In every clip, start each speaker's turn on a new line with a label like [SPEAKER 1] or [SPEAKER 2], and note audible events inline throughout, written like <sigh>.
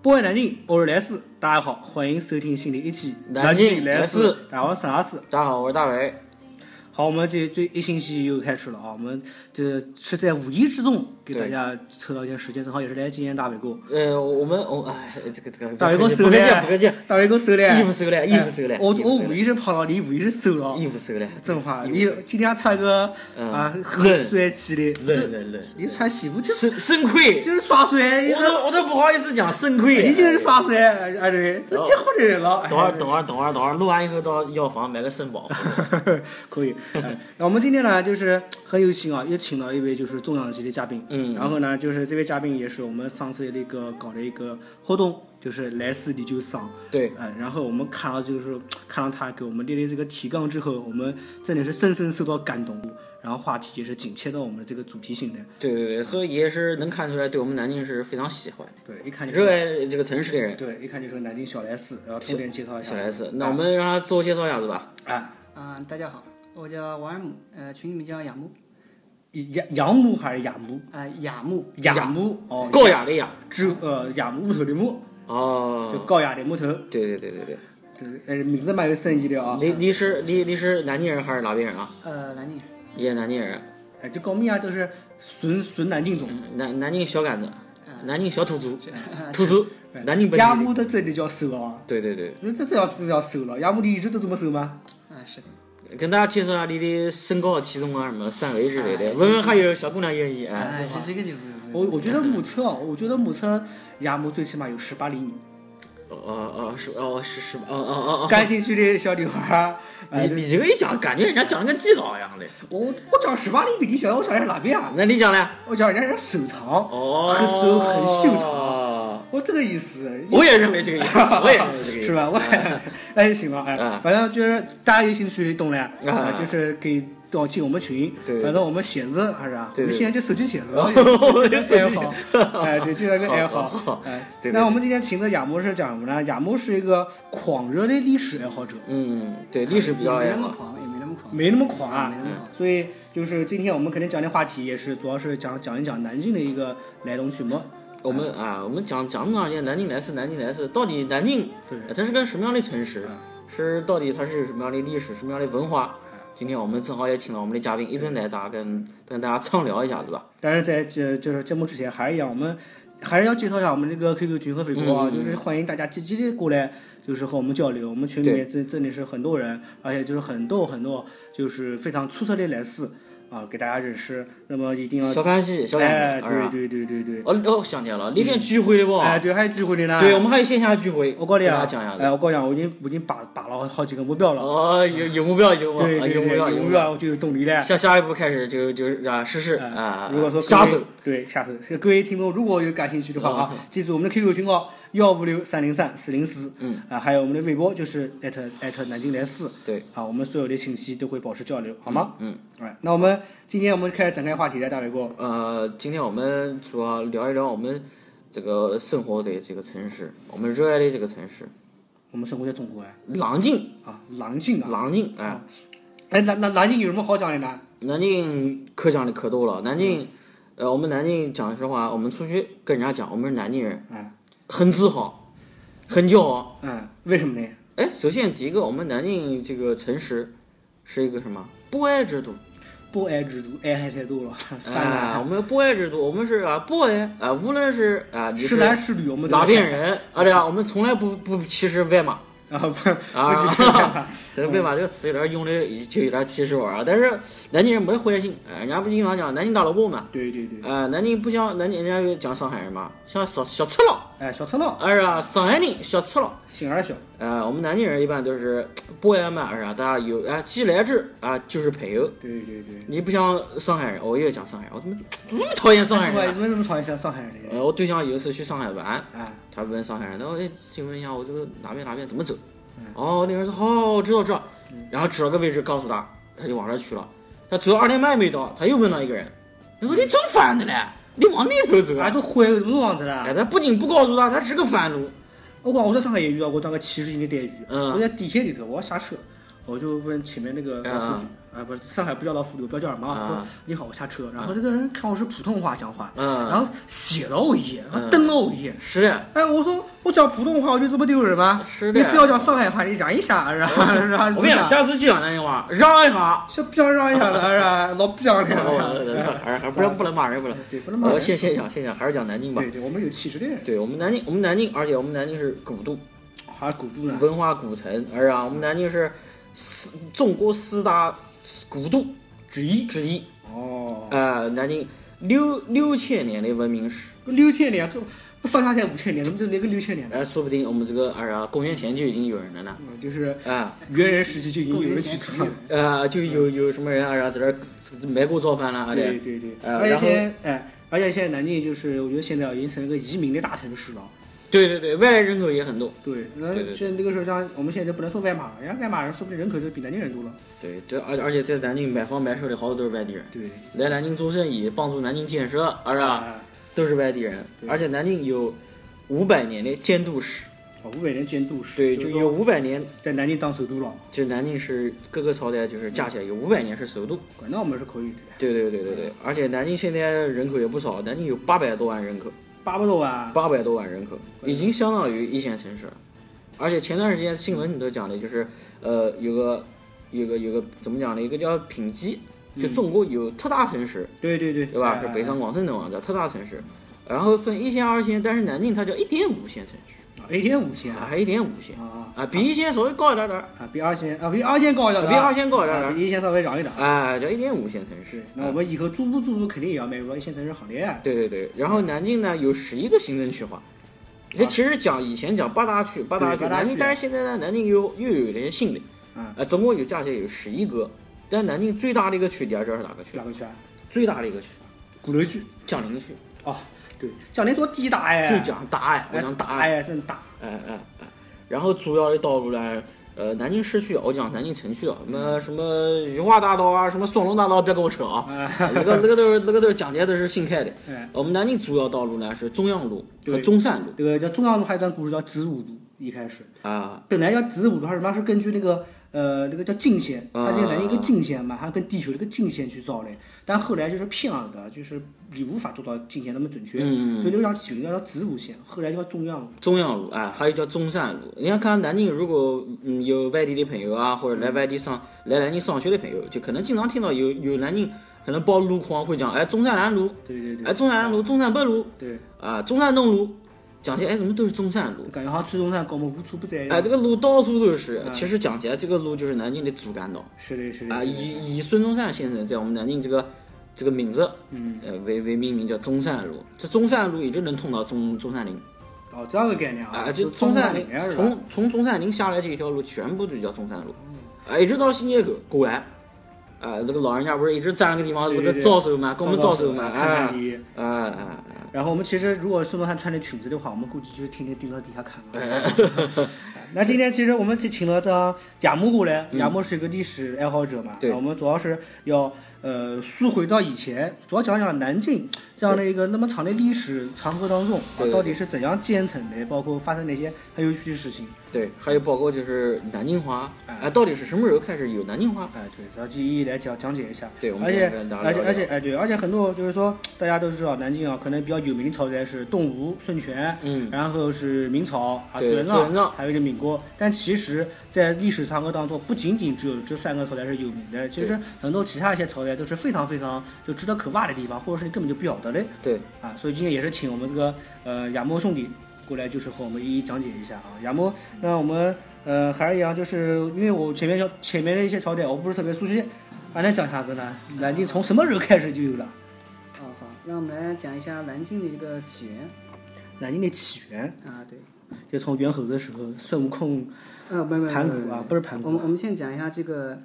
[SPEAKER 1] 波湾南京，我是莱斯，大家好，欢迎收听新的一期
[SPEAKER 2] 南京
[SPEAKER 1] 京莱
[SPEAKER 2] 莱斯，
[SPEAKER 1] 大家好，我是沈老师。
[SPEAKER 2] 大家好，我是大伟。
[SPEAKER 1] 好，我们这这一星期又开始了啊，我们这是在无意之中给大
[SPEAKER 2] 对
[SPEAKER 1] 家抽到一点时间，正好也是来纪念大伟哥，
[SPEAKER 2] 呃，我们我哎，这个这个，
[SPEAKER 1] 大伟哥
[SPEAKER 2] 不
[SPEAKER 1] 收
[SPEAKER 2] 客气，
[SPEAKER 1] 了，
[SPEAKER 2] 不客气，
[SPEAKER 1] 大伟哥收了，
[SPEAKER 2] 衣服收了，衣服收了
[SPEAKER 1] 哎，我
[SPEAKER 2] 衣
[SPEAKER 1] 我
[SPEAKER 2] 服收
[SPEAKER 1] 无意之碰到你，无意之收
[SPEAKER 2] 了
[SPEAKER 1] 了，
[SPEAKER 2] 衣服收了，
[SPEAKER 1] 真话，
[SPEAKER 2] 衣
[SPEAKER 1] 你今天穿个
[SPEAKER 2] 嗯
[SPEAKER 1] 啊很
[SPEAKER 2] 冷
[SPEAKER 1] 帅气的，
[SPEAKER 2] 服冷冷冷，
[SPEAKER 1] 你穿西服就
[SPEAKER 2] 肾肾亏，
[SPEAKER 1] 就是耍帅，
[SPEAKER 2] 我都我都不好意思讲肾亏。
[SPEAKER 1] 你就是耍帅，哎对，都结婚的人了，哎
[SPEAKER 2] 哦等会儿，等会儿，等会儿，等会儿，录完以后到药房买个肾宝。
[SPEAKER 1] <laughs> 可以。哎那我们今天呢，就是很有幸啊，又请到一位就是重量级的嘉宾。
[SPEAKER 2] 嗯
[SPEAKER 1] 然后呢，就是这位嘉宾也是我们上次那个搞的一个活动，就是来四你就上。
[SPEAKER 2] 对，
[SPEAKER 1] 哎，然后我们看到就是看到他给我们列的这个提纲之后，我们真的是深深受到感动。然后话题也是紧切到我们的这个主题性的，
[SPEAKER 2] 对对对，所以也是能看出来，对我们南京是非常喜欢、
[SPEAKER 1] 对，一看就
[SPEAKER 2] 热
[SPEAKER 1] 是，
[SPEAKER 2] 爱这个城市的人。
[SPEAKER 1] 对，一看就是南京小莱斯，然后重点介绍一下
[SPEAKER 2] 小 S，那我们让他自我介绍一下子吧。
[SPEAKER 1] 啊，
[SPEAKER 3] 啊、大家好，我叫王二木，呃，群里面叫雅木，
[SPEAKER 1] 杨杨木还是雅木？
[SPEAKER 3] 呃，雅木，
[SPEAKER 1] 雅木哦，
[SPEAKER 2] 高雅的雅。
[SPEAKER 1] 之呃雅木头的木，就
[SPEAKER 2] 哦，
[SPEAKER 1] 高雅的木头，
[SPEAKER 2] 对对对对对，
[SPEAKER 1] 对，呃，名字蛮有深意的啊。
[SPEAKER 2] 你你是你你是南京人还是哪边人啊？
[SPEAKER 3] 呃，南京人，
[SPEAKER 2] 你也南京人，啊
[SPEAKER 1] 哎，就跟我们一样，都是纯纯南京种。
[SPEAKER 2] 南南京小杆子，
[SPEAKER 1] 啊
[SPEAKER 2] 南京小土猪，土猪，南京本
[SPEAKER 1] 雅啊
[SPEAKER 2] 地
[SPEAKER 1] 哎
[SPEAKER 2] 嗯
[SPEAKER 1] 木
[SPEAKER 2] 人。
[SPEAKER 1] 头真的叫瘦啊，
[SPEAKER 2] 对对对，
[SPEAKER 1] 这这这要这要瘦了。雅木头一直都这么瘦吗？
[SPEAKER 3] 啊、是的，
[SPEAKER 2] 跟大家介绍下你的身高、体重啊，什么三围之类
[SPEAKER 3] 哎
[SPEAKER 2] 的，问问还有小姑娘愿意
[SPEAKER 3] 啊、
[SPEAKER 2] 哎。
[SPEAKER 3] 这这个就不用，
[SPEAKER 1] 我我觉得目测啊，我觉得目测雅木最起码有十八厘米。
[SPEAKER 2] 哦哦哦，是哦是是吧哦哦哦
[SPEAKER 1] 感兴趣的小女孩儿，
[SPEAKER 2] 哦， <laughs> 你
[SPEAKER 1] 哎，
[SPEAKER 2] 你这个一讲，感觉人家讲的跟基佬一样的。
[SPEAKER 1] 我我讲十八厘米，你晓得我讲的是哪边啊？
[SPEAKER 2] 那你讲嘞？
[SPEAKER 1] 我讲人家是手长，
[SPEAKER 2] 哦，
[SPEAKER 1] 很瘦很修长，
[SPEAKER 2] 长。
[SPEAKER 1] 我这个意思。
[SPEAKER 2] 我也认为这个意思，我也认为哦这个意思，
[SPEAKER 1] <laughs> 是吧？我
[SPEAKER 2] 哎
[SPEAKER 1] 哎行吧，哎
[SPEAKER 2] 啊，
[SPEAKER 1] 反正就是大家有兴趣的动了，
[SPEAKER 2] 啊
[SPEAKER 1] 啊，就是可以到进我们群，
[SPEAKER 2] 对
[SPEAKER 1] 反正我们写字还是啊，我
[SPEAKER 2] 对
[SPEAKER 1] 们现在就手机写字，
[SPEAKER 2] 我就
[SPEAKER 1] 爱
[SPEAKER 2] 手机
[SPEAKER 1] 好，哎，对，这是个爱好，哎，
[SPEAKER 2] 对对
[SPEAKER 1] 那我们今天请的亚木是讲什么呢？亚木是一个狂热的历史爱好者，
[SPEAKER 2] 嗯，对，历史比较
[SPEAKER 3] 也
[SPEAKER 2] 爱
[SPEAKER 3] 没那么
[SPEAKER 2] 好。
[SPEAKER 3] 狂，也没那么狂，
[SPEAKER 1] 没那么狂
[SPEAKER 3] 啊，
[SPEAKER 2] 嗯
[SPEAKER 1] 啊
[SPEAKER 3] 没。那么狂，
[SPEAKER 1] 所以就是今天我们肯定讲的话题也是主要是讲讲一讲南京的一个来龙去脉，
[SPEAKER 2] 我们啊，我们讲讲那么长时间，南京来是南京来是，到底南京
[SPEAKER 1] 对，
[SPEAKER 2] 呃它是个什么样的城市
[SPEAKER 1] 啊？
[SPEAKER 2] 是到底它是有什么样的历史，什么样的文化？
[SPEAKER 1] 嗯
[SPEAKER 2] 今天我们正好也请了我们的嘉宾一真来，大家跟跟大家畅聊一下，对吧？
[SPEAKER 1] 但是在这就是节目之前，还是一样，我们还是要介绍一下我们这个 QQ 群和微博啊，
[SPEAKER 2] 嗯嗯嗯
[SPEAKER 1] 就是欢迎大家积极的过来，就是和我们交流。我们群里面真真的是很多人，而且就是很多很多就是非常出色的来自啊，给大家认识。那么一定要
[SPEAKER 2] 小看戏，小
[SPEAKER 1] 哎，
[SPEAKER 2] 看
[SPEAKER 1] 对
[SPEAKER 2] 戏，是吧？
[SPEAKER 1] 对对对对，
[SPEAKER 2] 哦哦，想起来了，那天聚会的不？
[SPEAKER 1] 哎对，还有聚会的呢。
[SPEAKER 2] 对，我们还有线下聚会，
[SPEAKER 1] 我告诉你
[SPEAKER 2] 跟
[SPEAKER 1] 啊
[SPEAKER 2] 大家讲一下，子。
[SPEAKER 1] 哎，我告诉你啊，我已经我已经把把了好几个目标了。
[SPEAKER 2] 哦，有有目标，有目
[SPEAKER 1] 对
[SPEAKER 2] 标，
[SPEAKER 1] 对
[SPEAKER 2] 有目
[SPEAKER 1] 对，
[SPEAKER 2] 标，
[SPEAKER 1] 有
[SPEAKER 2] 有
[SPEAKER 1] 目
[SPEAKER 2] 目标。
[SPEAKER 1] 标我就有动力了。
[SPEAKER 2] 下下一步开始就就是啊，实施
[SPEAKER 1] 哎
[SPEAKER 2] 啊，
[SPEAKER 1] 如果说各位
[SPEAKER 2] 下手，
[SPEAKER 1] 对下手，这个各位听众如果有感兴趣的话
[SPEAKER 2] 嗯
[SPEAKER 1] 啊，记住我们的 QQ 群号幺五六三零三四零四，
[SPEAKER 2] 嗯
[SPEAKER 1] 啊，还有我们的微博就是艾特艾特南京来四
[SPEAKER 2] 对，
[SPEAKER 1] 啊，我们所有的信息都会保持交流，好吗？
[SPEAKER 2] 嗯，
[SPEAKER 1] 哎，那我们今天我们开始展开话题了，大伟哥，
[SPEAKER 2] 呃，今天我们主要聊一聊我们这个生活的这个城市，我们热爱的这个城市，
[SPEAKER 1] 我们生活在中国哎
[SPEAKER 2] 廊京，
[SPEAKER 1] 啊，南京啊，
[SPEAKER 2] 廊京，哎，
[SPEAKER 1] 哎，南南南京有什么好讲的呢？
[SPEAKER 2] 南京可讲的可多了。南
[SPEAKER 1] 嗯
[SPEAKER 2] 京，呃，我们南京讲实啊话，我们出去跟人家讲我们是南京人，
[SPEAKER 1] 哎
[SPEAKER 2] 很自豪，很骄傲。
[SPEAKER 1] 嗯，为什么呢？
[SPEAKER 2] 哎，首先第一个，我们南京这个城市是一个什么博爱之都？
[SPEAKER 1] 不爱之都，爱还太多了，烦
[SPEAKER 2] 啊，
[SPEAKER 1] 了。
[SPEAKER 2] 我们博爱之都，我们是啊博爱啊，无论是啊你
[SPEAKER 1] 是男是女，我们都
[SPEAKER 2] 哪边人啊？对啊，我们从来不不歧视外马。
[SPEAKER 1] 啊？不不记
[SPEAKER 2] 啊
[SPEAKER 1] 得，
[SPEAKER 2] 这“外
[SPEAKER 1] 嗯
[SPEAKER 2] 马”这个词有点用的就有点歧视我啊，但是南京人没灰心，哎，人家不经常讲南京大萝卜嘛，
[SPEAKER 1] 对对对，
[SPEAKER 2] 呃，南京不像南京人家讲上海人嘛，像小小赤佬，
[SPEAKER 1] 哎，小赤佬，
[SPEAKER 2] 哎呀，上海人小赤佬，
[SPEAKER 1] 心眼儿小，
[SPEAKER 2] 呃，我们南京人一般都是不爱嘛，哎呀，大家有哎既来之啊就是朋友，
[SPEAKER 1] 对对对。
[SPEAKER 2] 你不像上海人，我也讲上海人，我怎么怎么讨厌上海
[SPEAKER 1] 哎
[SPEAKER 2] 人
[SPEAKER 1] 怎
[SPEAKER 2] 啊？
[SPEAKER 1] 么怎么讨厌上上海人呢？
[SPEAKER 2] 呃，我对象有一次去上海玩，
[SPEAKER 1] 啊，
[SPEAKER 2] 他问上海人，他说：“哎，请问一下，我这个哪边哪边怎么走？”哦，那人说：“好，知道知道。”然后指了个位置告诉他，他就往那儿去了。他走二点半没到，他又问了一个人，他说：“你走反的嘞，你往那头走
[SPEAKER 1] 俺
[SPEAKER 2] 啊
[SPEAKER 1] 都坏了，怎么样子？”
[SPEAKER 2] 哎，
[SPEAKER 1] 了？
[SPEAKER 2] 他不仅不告诉他，他是个反路。
[SPEAKER 1] 啊我讲我在上海也遇到过这样个歧视性的待遇。
[SPEAKER 2] 嗯
[SPEAKER 1] 我在地铁里头，我要下车，我就问前面那个老妇女，啊，不是上海不叫老妇女，我不知道叫什么啊，说你好，我下车。然后这个人看我是普通话讲话，
[SPEAKER 2] 嗯，
[SPEAKER 1] 然后斜了我一眼，然后
[SPEAKER 2] 嗯
[SPEAKER 1] 瞪了我一眼。
[SPEAKER 2] 是的，
[SPEAKER 1] 哎，我说我讲普通话，我就这么丢人吗？
[SPEAKER 2] 是的。
[SPEAKER 1] 你非要讲上海话，你让一下，然后然后
[SPEAKER 2] 我跟你讲，下次讲那句话，让一 <laughs> 下。
[SPEAKER 1] 小不想让一下了，是吧？老不
[SPEAKER 2] <laughs>
[SPEAKER 1] 想了。
[SPEAKER 2] 还是还是不能不能骂人，不能。
[SPEAKER 1] 对，不能骂
[SPEAKER 2] 我
[SPEAKER 1] 人。
[SPEAKER 2] 先先讲先讲，还是讲南京吧。
[SPEAKER 1] 对对，我们有气质的人，
[SPEAKER 2] 对我们南京，我们南京，而且我们南京是古都，
[SPEAKER 1] 还是古都呢。
[SPEAKER 2] 文化古城，而啊，我们南京是四中国四大古都之一之一。
[SPEAKER 1] 哦，
[SPEAKER 2] 呃，南京六六千年的文明史，
[SPEAKER 1] 六千年，这不上下才五千年，怎么就连个六千年呢？
[SPEAKER 2] 哎，说不定我们这个哎啊，公元前就已经有人了呢。
[SPEAKER 1] 嗯，就是
[SPEAKER 2] 啊、
[SPEAKER 1] 猿人时期就已经有
[SPEAKER 3] 公元
[SPEAKER 1] 人
[SPEAKER 3] 前
[SPEAKER 1] 居
[SPEAKER 3] 几
[SPEAKER 1] 住
[SPEAKER 3] 个
[SPEAKER 1] 了。
[SPEAKER 3] 人
[SPEAKER 2] 呃，就有有什么人啊，在这儿埋锅造饭了啊？
[SPEAKER 1] 对对
[SPEAKER 2] 对，
[SPEAKER 1] 对，
[SPEAKER 2] 呃
[SPEAKER 1] 而且
[SPEAKER 2] 然后
[SPEAKER 1] 现在哎，而且现在南京就是我觉得现在已经成了一个移民的大城市了。
[SPEAKER 2] 对对对，外来人口也很多。
[SPEAKER 1] 对，那
[SPEAKER 2] 对对
[SPEAKER 1] 现在这个时候像我们现在就不能说外马了，人家外马人说不定人口就比南京人多了。
[SPEAKER 2] 对，这而而且在南京买房买车的好多都是外地人，
[SPEAKER 1] 对，
[SPEAKER 2] 来南京做生意，帮助南京建设，啊是吧？
[SPEAKER 1] 啊，
[SPEAKER 2] 都是外地人，
[SPEAKER 1] 对
[SPEAKER 2] 而且南京有五百年的监督史，
[SPEAKER 1] 哦五百年建都市，
[SPEAKER 2] 对，
[SPEAKER 1] 就
[SPEAKER 2] 就是有
[SPEAKER 1] 说
[SPEAKER 2] 五百年，
[SPEAKER 1] 在南京当首都了。
[SPEAKER 2] 就南京是各个朝代就是加起来有五百年是首都。
[SPEAKER 1] 管那我们是可以的，
[SPEAKER 2] 对对对对对，而且南京现在人口也不少，南京有八百多万人口，
[SPEAKER 1] 八百多万，
[SPEAKER 2] 八百多万人口
[SPEAKER 1] 哎
[SPEAKER 2] 已经相当于一线城市了。而且前段时间新闻你都讲的，就是呃，有个有个有个怎么讲呢？一个叫品级，就中国有特大城市，
[SPEAKER 1] 对对对，
[SPEAKER 2] 对
[SPEAKER 1] 嗯
[SPEAKER 2] 吧？
[SPEAKER 1] 哎
[SPEAKER 2] 是北上广深那种叫特大城市，然后分一线、二线，但是南京它叫一点五线城市，
[SPEAKER 1] 啊，一点五线
[SPEAKER 2] 啊，
[SPEAKER 1] 啊
[SPEAKER 2] 还一点五线
[SPEAKER 1] 啊
[SPEAKER 2] 啊，比一线稍微高一点点儿，
[SPEAKER 1] 啊，比二线啊，比二线高一点
[SPEAKER 2] 啊
[SPEAKER 1] 的，
[SPEAKER 2] 比二线高一点
[SPEAKER 1] 啊
[SPEAKER 2] 点儿，
[SPEAKER 1] 比一线稍微让一点。
[SPEAKER 2] 哎，叫一点五线城
[SPEAKER 1] 对
[SPEAKER 2] 市，。
[SPEAKER 1] 那我们以后租不租肯定也要迈入到一线城市行列啊。
[SPEAKER 2] 对对对，然后南京呢有十一个行政区划，那其实讲以前讲八大区，啊八大
[SPEAKER 1] 对
[SPEAKER 2] 区，啊
[SPEAKER 1] 八大
[SPEAKER 2] 南京，
[SPEAKER 1] 区
[SPEAKER 2] 但是现在呢，南京又又有一些新的，
[SPEAKER 1] 嗯
[SPEAKER 2] 呃，总共有加起来有十一个，但南京最大的一个区，你还知道是哪个区
[SPEAKER 1] 哪？个区啊？
[SPEAKER 2] 最大的一个区，
[SPEAKER 1] 鼓楼区。
[SPEAKER 2] 江宁区，
[SPEAKER 1] 哦，对，江宁多地大哎，
[SPEAKER 2] 就讲大哎，我
[SPEAKER 1] 哎
[SPEAKER 2] 讲大
[SPEAKER 1] 大
[SPEAKER 2] 哎，
[SPEAKER 1] 哎，真大。
[SPEAKER 2] 哎哎哎，然后主要的道路呢。呃，南京市区，我讲南京城区啊，什么什么雨花大道啊，什么双龙大道，别跟我扯啊，嗯
[SPEAKER 1] 啊，
[SPEAKER 2] 那个那个都是那个都是讲起来都是新开的。
[SPEAKER 1] 哎，
[SPEAKER 2] 我们南京主要道路呢是中央路和
[SPEAKER 1] 对
[SPEAKER 2] 中山路
[SPEAKER 1] 这个叫中央路还有一段故事叫子午路，一开始
[SPEAKER 2] 啊，
[SPEAKER 1] 本来叫子午路，它什么是根据那个呃那个叫进线，它这个南京一个
[SPEAKER 2] 嗯
[SPEAKER 1] 进线嘛，它跟地球这个进线去造的，但后来就是骗了的，就是你无法做到进线那么准确，
[SPEAKER 2] 嗯
[SPEAKER 1] 所以就让起名叫子午线，后来叫中央路。
[SPEAKER 2] 中央路，哎，还有叫中山路。你要看南京，如果嗯有外地的朋友啊，或者来外地上来南京上学的朋友，就可能经常听到有有南京可能报路况会讲，哎，中山南路，
[SPEAKER 1] 对对对，
[SPEAKER 2] 哎，中山南路，中山北路，
[SPEAKER 1] 对，
[SPEAKER 2] 啊，中山东路，讲起来哎，怎么都是中山路？
[SPEAKER 1] 感觉好像崔中山搞么无处不在一样。
[SPEAKER 2] 哎，这个路到处都是。其实讲起来，这个路就是南京的主干道。
[SPEAKER 1] 是的，嗯是的。
[SPEAKER 2] 啊，
[SPEAKER 1] 是的
[SPEAKER 2] 以以孙中山先生在我们南京这个这个名字，
[SPEAKER 1] 嗯，
[SPEAKER 2] 呃，为为命名叫中山路。这中山路一直能通到中中山陵。
[SPEAKER 1] 哦，这样个概念
[SPEAKER 2] 啊，
[SPEAKER 1] 就
[SPEAKER 2] 就中山
[SPEAKER 1] 陵
[SPEAKER 2] 陵，
[SPEAKER 1] 是吧？嗯
[SPEAKER 2] 从从中山陵下来这一条路全部就叫中山路，啊，一直到新街口，果然，啊，那个老人家不是一直站那个地方，
[SPEAKER 1] 对
[SPEAKER 2] 那
[SPEAKER 1] 对
[SPEAKER 2] 个
[SPEAKER 1] 对
[SPEAKER 2] 招手嘛，给我们招手嘛，
[SPEAKER 1] 嘛，看看
[SPEAKER 2] 哎，
[SPEAKER 1] 你。
[SPEAKER 2] 哎哎
[SPEAKER 1] 然后我们其实如果孙中山穿的裙子的话，我们估计就是天天盯到底下看了。
[SPEAKER 2] 哎
[SPEAKER 1] <laughs> 那今天其实我们就请了张亚木过来，亚木是一个历史爱好者嘛，
[SPEAKER 2] 嗯对
[SPEAKER 1] 我们主要是要呃溯回到以前，主要讲讲南京这样的一个那么长的历史长河当中啊
[SPEAKER 2] 对，对
[SPEAKER 1] 到底是怎样建成的，包括发生哪些很有趣的事情。
[SPEAKER 2] 对，还有包括就是南京话，
[SPEAKER 1] 哎
[SPEAKER 2] 哎，到底是什么时候开始有南京话？
[SPEAKER 1] 哎，对，然后一一来讲讲解一下。
[SPEAKER 2] 对，我们
[SPEAKER 1] 而且
[SPEAKER 2] 再跟大家
[SPEAKER 1] 而且而
[SPEAKER 2] 聊一聊，
[SPEAKER 1] 且哎对，而且很多就是说大家都知道南京啊，可能比较有名的朝代是东吴、孙权，
[SPEAKER 2] 嗯，
[SPEAKER 1] 然后是明朝啊，
[SPEAKER 2] 对
[SPEAKER 1] 元
[SPEAKER 2] 朱元璋
[SPEAKER 1] 还有一个民国。但其实，在历史长河当中，不仅仅只有这三个朝代是有名的，其实很多其他一些朝代都是非常非常就值得可挖的地方，或者是你根本就不晓得的
[SPEAKER 2] 对，
[SPEAKER 1] 啊。所以今天也是请我们这个呃亚莫兄弟过来，就是和我们一一讲解一下啊。亚莫，那我们呃还是一样，就是因为我前面要前面的一些朝代我不是特别熟悉，还能讲啥子呢？南京从什么时候开始就有了？
[SPEAKER 3] 哦，好，让我们来讲一下南京的一个起源
[SPEAKER 1] 南京的起源
[SPEAKER 3] 啊，对，
[SPEAKER 1] 就从元猴子的时候，孙悟空
[SPEAKER 3] 呃，没没没
[SPEAKER 1] 盘古
[SPEAKER 3] 没嗯
[SPEAKER 1] 啊，不是盘
[SPEAKER 3] 我
[SPEAKER 1] 古
[SPEAKER 3] 们，我们先讲一下这个，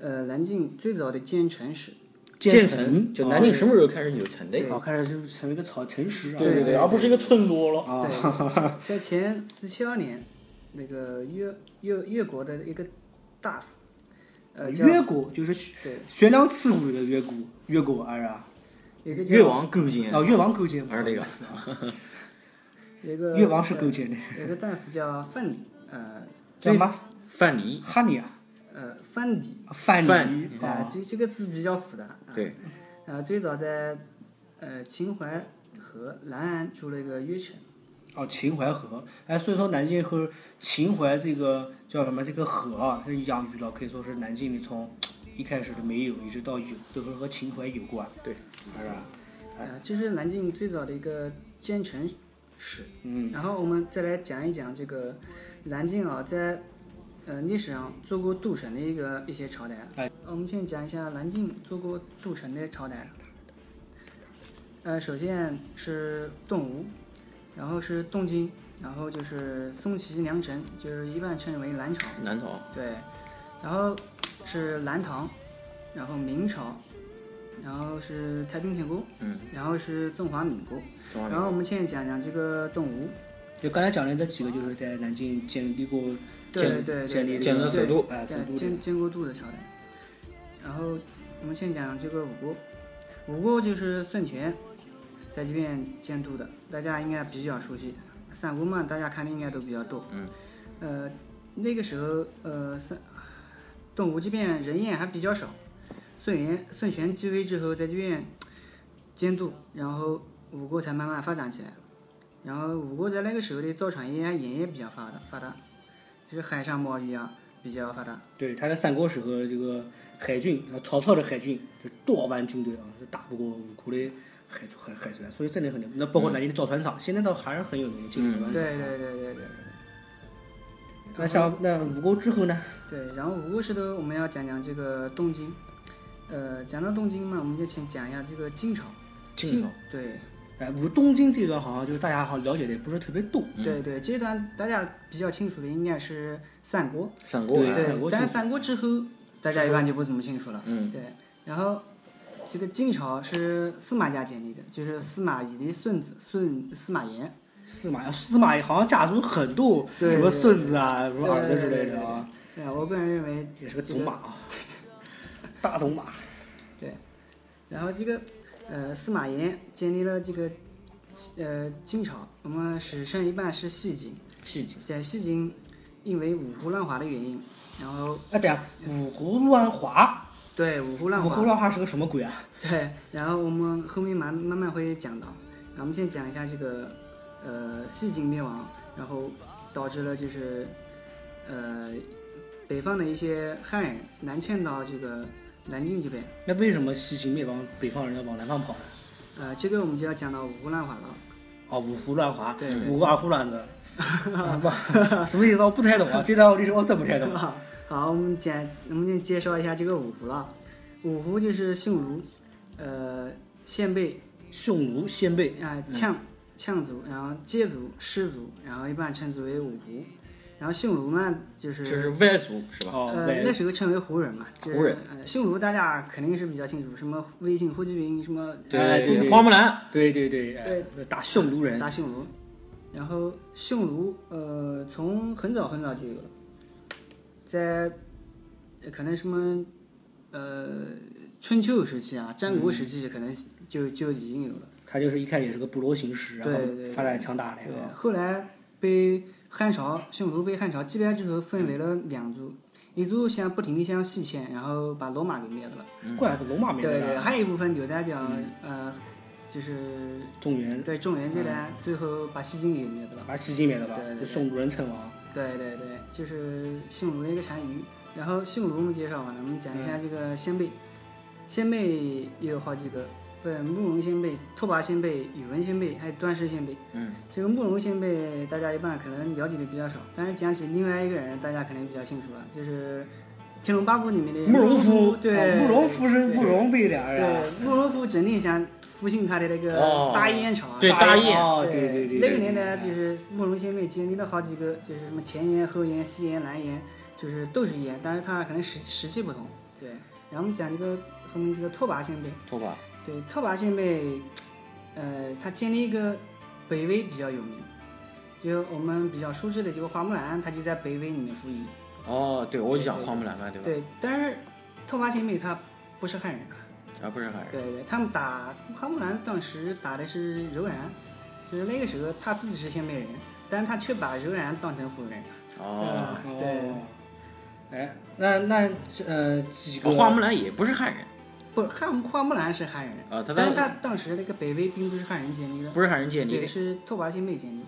[SPEAKER 3] 呃，南京最早的建城史。
[SPEAKER 2] 建
[SPEAKER 1] 城
[SPEAKER 2] 成，
[SPEAKER 3] 哦
[SPEAKER 2] 就南京什么时候开始有城的？
[SPEAKER 1] 哦好，开始就成为一个草城市啊，
[SPEAKER 3] 对对对
[SPEAKER 1] 而不是一个村落了啊。
[SPEAKER 3] 对，在前四七二年，那个越越越国的一个大夫，呃，叫
[SPEAKER 1] 越国就是
[SPEAKER 3] 对，
[SPEAKER 1] 悬梁刺股的越国，越国啊是吧？
[SPEAKER 3] 有一个叫
[SPEAKER 2] 越王勾践，
[SPEAKER 1] 哦，越王勾践，
[SPEAKER 2] 而这个
[SPEAKER 3] 有一个
[SPEAKER 1] 越王是勾践的，
[SPEAKER 3] 有一个大夫叫范蠡，呃，
[SPEAKER 1] 叫
[SPEAKER 3] 最
[SPEAKER 1] 什么？
[SPEAKER 2] 范蠡，
[SPEAKER 1] 哈尼啊，
[SPEAKER 3] 呃范蠡
[SPEAKER 1] 范蠡
[SPEAKER 2] 嗯
[SPEAKER 3] 啊
[SPEAKER 1] 啊，，
[SPEAKER 3] 这这个字比较复杂。啊
[SPEAKER 2] 对，
[SPEAKER 1] 哦
[SPEAKER 3] 呃，最早在呃秦淮河南岸住了一个约城，
[SPEAKER 1] 哦，秦淮河，哎，所以说南京和秦淮这个叫什么这个河啊，是养鱼了，可以说是南京里从一开始的没有，一直到有，都是和秦淮有关，
[SPEAKER 2] 对，
[SPEAKER 1] 是吧？
[SPEAKER 3] 呃，这是南京最早的一个建城史。
[SPEAKER 1] 嗯，
[SPEAKER 3] 然后我们再来讲一讲这个南京啊，在呃历史上做过渡城的一个一些朝代。啊呃
[SPEAKER 1] 哎，
[SPEAKER 3] 我们先讲一下南京做过渡城的朝代。啊呃，首先是东吴，然后是东京，然后就是宋齐梁陈，就是一般称为南朝。
[SPEAKER 2] 南朝
[SPEAKER 3] 对，然后是南唐，然后明朝，然后是太平天国，
[SPEAKER 2] 嗯，
[SPEAKER 3] 然后是中华民国。
[SPEAKER 2] 中华民
[SPEAKER 3] 然后我
[SPEAKER 2] 国
[SPEAKER 3] 们现在讲讲这个东吴，
[SPEAKER 1] 就刚才讲的那几个，就是在南京建立过
[SPEAKER 3] 对对
[SPEAKER 1] 建立这
[SPEAKER 3] 对，
[SPEAKER 1] 个
[SPEAKER 2] 建了首都，
[SPEAKER 1] 哎首
[SPEAKER 3] 对
[SPEAKER 1] 都的
[SPEAKER 3] 建建国度的朝代。然后我们先讲这个吴国，吴国就是孙权在这边监督的，大家应该比较熟悉。三国嘛，大家看的应该都比较多。
[SPEAKER 2] 嗯。
[SPEAKER 3] 呃，那个时候，呃，三东吴这边人烟还比较少，孙元孙权继位之后，在这边监督，然后吴国才慢慢发展起来。然后吴国在那个时候的造船业啊、盐业比较发达发达，就是海上贸易啊比较发达。
[SPEAKER 1] 对，他的三国时和这个海军，曹操的海军，这多万军队啊，是打不过吴国的海海海船，所以真的很牛。那包括南京的造船厂，现在倒还是很有名的建造
[SPEAKER 3] 对
[SPEAKER 1] 船厂。
[SPEAKER 3] 对对对对对。
[SPEAKER 1] 那像那吴国之后呢？
[SPEAKER 3] 对，然后吴国时的我们要讲讲这个东京，呃，讲到东京嘛，我们就先讲一下这个金朝。
[SPEAKER 2] 晋朝，
[SPEAKER 3] 对
[SPEAKER 1] 哎，吴东京这段好像就是大家好像了解的也不是特别多。
[SPEAKER 2] 嗯
[SPEAKER 3] 对对，这段大家比较清楚的应该是三国，
[SPEAKER 2] 三国
[SPEAKER 1] 对
[SPEAKER 2] 啊，
[SPEAKER 1] 三国
[SPEAKER 3] 但是
[SPEAKER 1] 清楚
[SPEAKER 3] 三国之后大家一般就不怎么清楚了。
[SPEAKER 2] 嗯，
[SPEAKER 3] 对，然后这个晋朝是司马家建立的，就是司马懿的孙子孙司马炎。
[SPEAKER 1] 司马司马好像家族很多，
[SPEAKER 3] 对
[SPEAKER 1] 什么
[SPEAKER 3] 对
[SPEAKER 1] 孙子啊，什么儿子之
[SPEAKER 3] 对对
[SPEAKER 1] 类的啊，
[SPEAKER 3] 对，呃我个人认为
[SPEAKER 1] 也是个种马啊，大种马。
[SPEAKER 3] 然后这个呃司马炎建立了这个呃晋朝，我们史称一般是西晋。
[SPEAKER 2] 戏精，
[SPEAKER 3] 在西晋因为五胡乱华的原因，然后
[SPEAKER 1] 啊，等下，五胡乱华，
[SPEAKER 3] 对五胡乱
[SPEAKER 1] 五
[SPEAKER 3] 华，
[SPEAKER 1] 胡乱华是个什么鬼啊？
[SPEAKER 3] 对，然后我们后面慢慢慢会讲到。然后我们先讲一下这个呃西晋灭亡，然后导致了就是呃北方的一些汉人南迁到这个南京这边。
[SPEAKER 1] 那为什么西秦灭亡，北方人要往南方跑呢？
[SPEAKER 3] 呃，这个我们就要讲到五胡乱华了。
[SPEAKER 1] 哦，五胡乱华，
[SPEAKER 3] 对
[SPEAKER 1] 五个胡乱子，啊不，什么意思啊？我不太懂啊，这段历史我真不 <laughs> 太
[SPEAKER 3] <laughs>
[SPEAKER 1] 懂。
[SPEAKER 3] 好，好，我们简，我们先介绍一下这个五胡了。五胡就是匈奴，呃，鲜卑，
[SPEAKER 1] 匈奴、鲜卑，
[SPEAKER 3] 啊、羌羌族，然后羯族、氏族，然后一般称之为五胡。然后匈奴嘛，就是、
[SPEAKER 2] 这是外族是吧？
[SPEAKER 1] 哦，
[SPEAKER 3] 呃那
[SPEAKER 1] 对，
[SPEAKER 3] 时候称为胡人嘛，就是、
[SPEAKER 2] 胡人
[SPEAKER 3] 呃、匈奴大家肯定是比较清楚，什么魏晋霍去病，什么
[SPEAKER 1] 哎对对
[SPEAKER 2] 花木兰，
[SPEAKER 1] 对对对，哎打匈奴人，
[SPEAKER 3] 大匈奴。然后匈奴，呃，从很早很早就有了，在呃可能什么，呃，春秋时期啊，战国时
[SPEAKER 1] 嗯
[SPEAKER 3] 期可能就、就已经有了。
[SPEAKER 1] 他就是一开始也是个部落形式，然后
[SPEAKER 3] 对对对
[SPEAKER 1] 发展强大的
[SPEAKER 3] 对
[SPEAKER 1] 啊，，
[SPEAKER 3] 后来被汉朝匈奴被汉朝击败之后，分为了两族，一族向不停地向西迁，然后把罗马给灭了。
[SPEAKER 1] 怪不得罗马灭
[SPEAKER 3] 对
[SPEAKER 1] 了嗯
[SPEAKER 3] 对，
[SPEAKER 1] 啊，
[SPEAKER 3] 还有一部分留在掉、呃，就是
[SPEAKER 1] 中原
[SPEAKER 3] 对中原
[SPEAKER 1] 嗯
[SPEAKER 3] 这边，最后把西晋给灭了。
[SPEAKER 1] 把西晋灭了吧
[SPEAKER 3] 对对，对
[SPEAKER 1] 就匈奴人称王。
[SPEAKER 3] 对对对，就是匈奴的一个单于。然后匈奴我们介绍完了，我啊们讲
[SPEAKER 1] 嗯
[SPEAKER 3] 一下这个鲜卑。鲜卑也有好几个，分慕容鲜卑、拓跋鲜卑、宇文鲜卑，还有段氏鲜卑。
[SPEAKER 2] 嗯，
[SPEAKER 3] 这个慕容鲜卑大家一般可能了解的比较少，但是讲起另外一个人，大家肯定比较清楚了，就是《天龙八部》里面的
[SPEAKER 1] 慕容
[SPEAKER 3] 复。
[SPEAKER 1] 复，
[SPEAKER 3] 对，
[SPEAKER 1] 啊慕容复是慕
[SPEAKER 3] 对。
[SPEAKER 1] 容哎贝俩
[SPEAKER 3] 对
[SPEAKER 1] 人，，
[SPEAKER 3] 慕容复整定想复兴他的那个
[SPEAKER 2] 哦
[SPEAKER 3] 大燕朝啊。
[SPEAKER 2] 对大雁
[SPEAKER 1] 哦，对对对，
[SPEAKER 3] 那个
[SPEAKER 1] 对
[SPEAKER 3] 年代就是慕容鲜卑经历了好几个，就是什么前沿、后沿、西沿、南沿，就是都是沿，但是它可能时时期不同。对，然后我们讲这个后面这个拓跋鲜卑，
[SPEAKER 2] 拓跋，
[SPEAKER 3] 对，拓跋鲜卑，呃，他建立一个北魏比较有名，就我们比较熟知的这个花木兰，她就在北魏里面服役。
[SPEAKER 2] 哦，对，我就讲花木兰嘛，对吧？
[SPEAKER 3] 对，但是拓跋鲜卑他不是汉人，
[SPEAKER 2] 啊，不是汉人，
[SPEAKER 3] 对对，他们打花木兰当时打的是柔然，就是那个时候他自己是鲜卑人，但是他却把柔然当成胡人。
[SPEAKER 2] 哦，
[SPEAKER 1] 哦
[SPEAKER 3] 对
[SPEAKER 1] 哎，那那呃几个
[SPEAKER 2] 哦花木兰也不是汉人
[SPEAKER 3] 不，汉花木兰是汉人，
[SPEAKER 2] 啊，他
[SPEAKER 3] 但是
[SPEAKER 2] 外
[SPEAKER 3] 他当时那个北魏并不是汉人建立的，
[SPEAKER 2] 不是汉人建立
[SPEAKER 3] 对，
[SPEAKER 2] 的，
[SPEAKER 3] 是拓跋鲜卑建立的。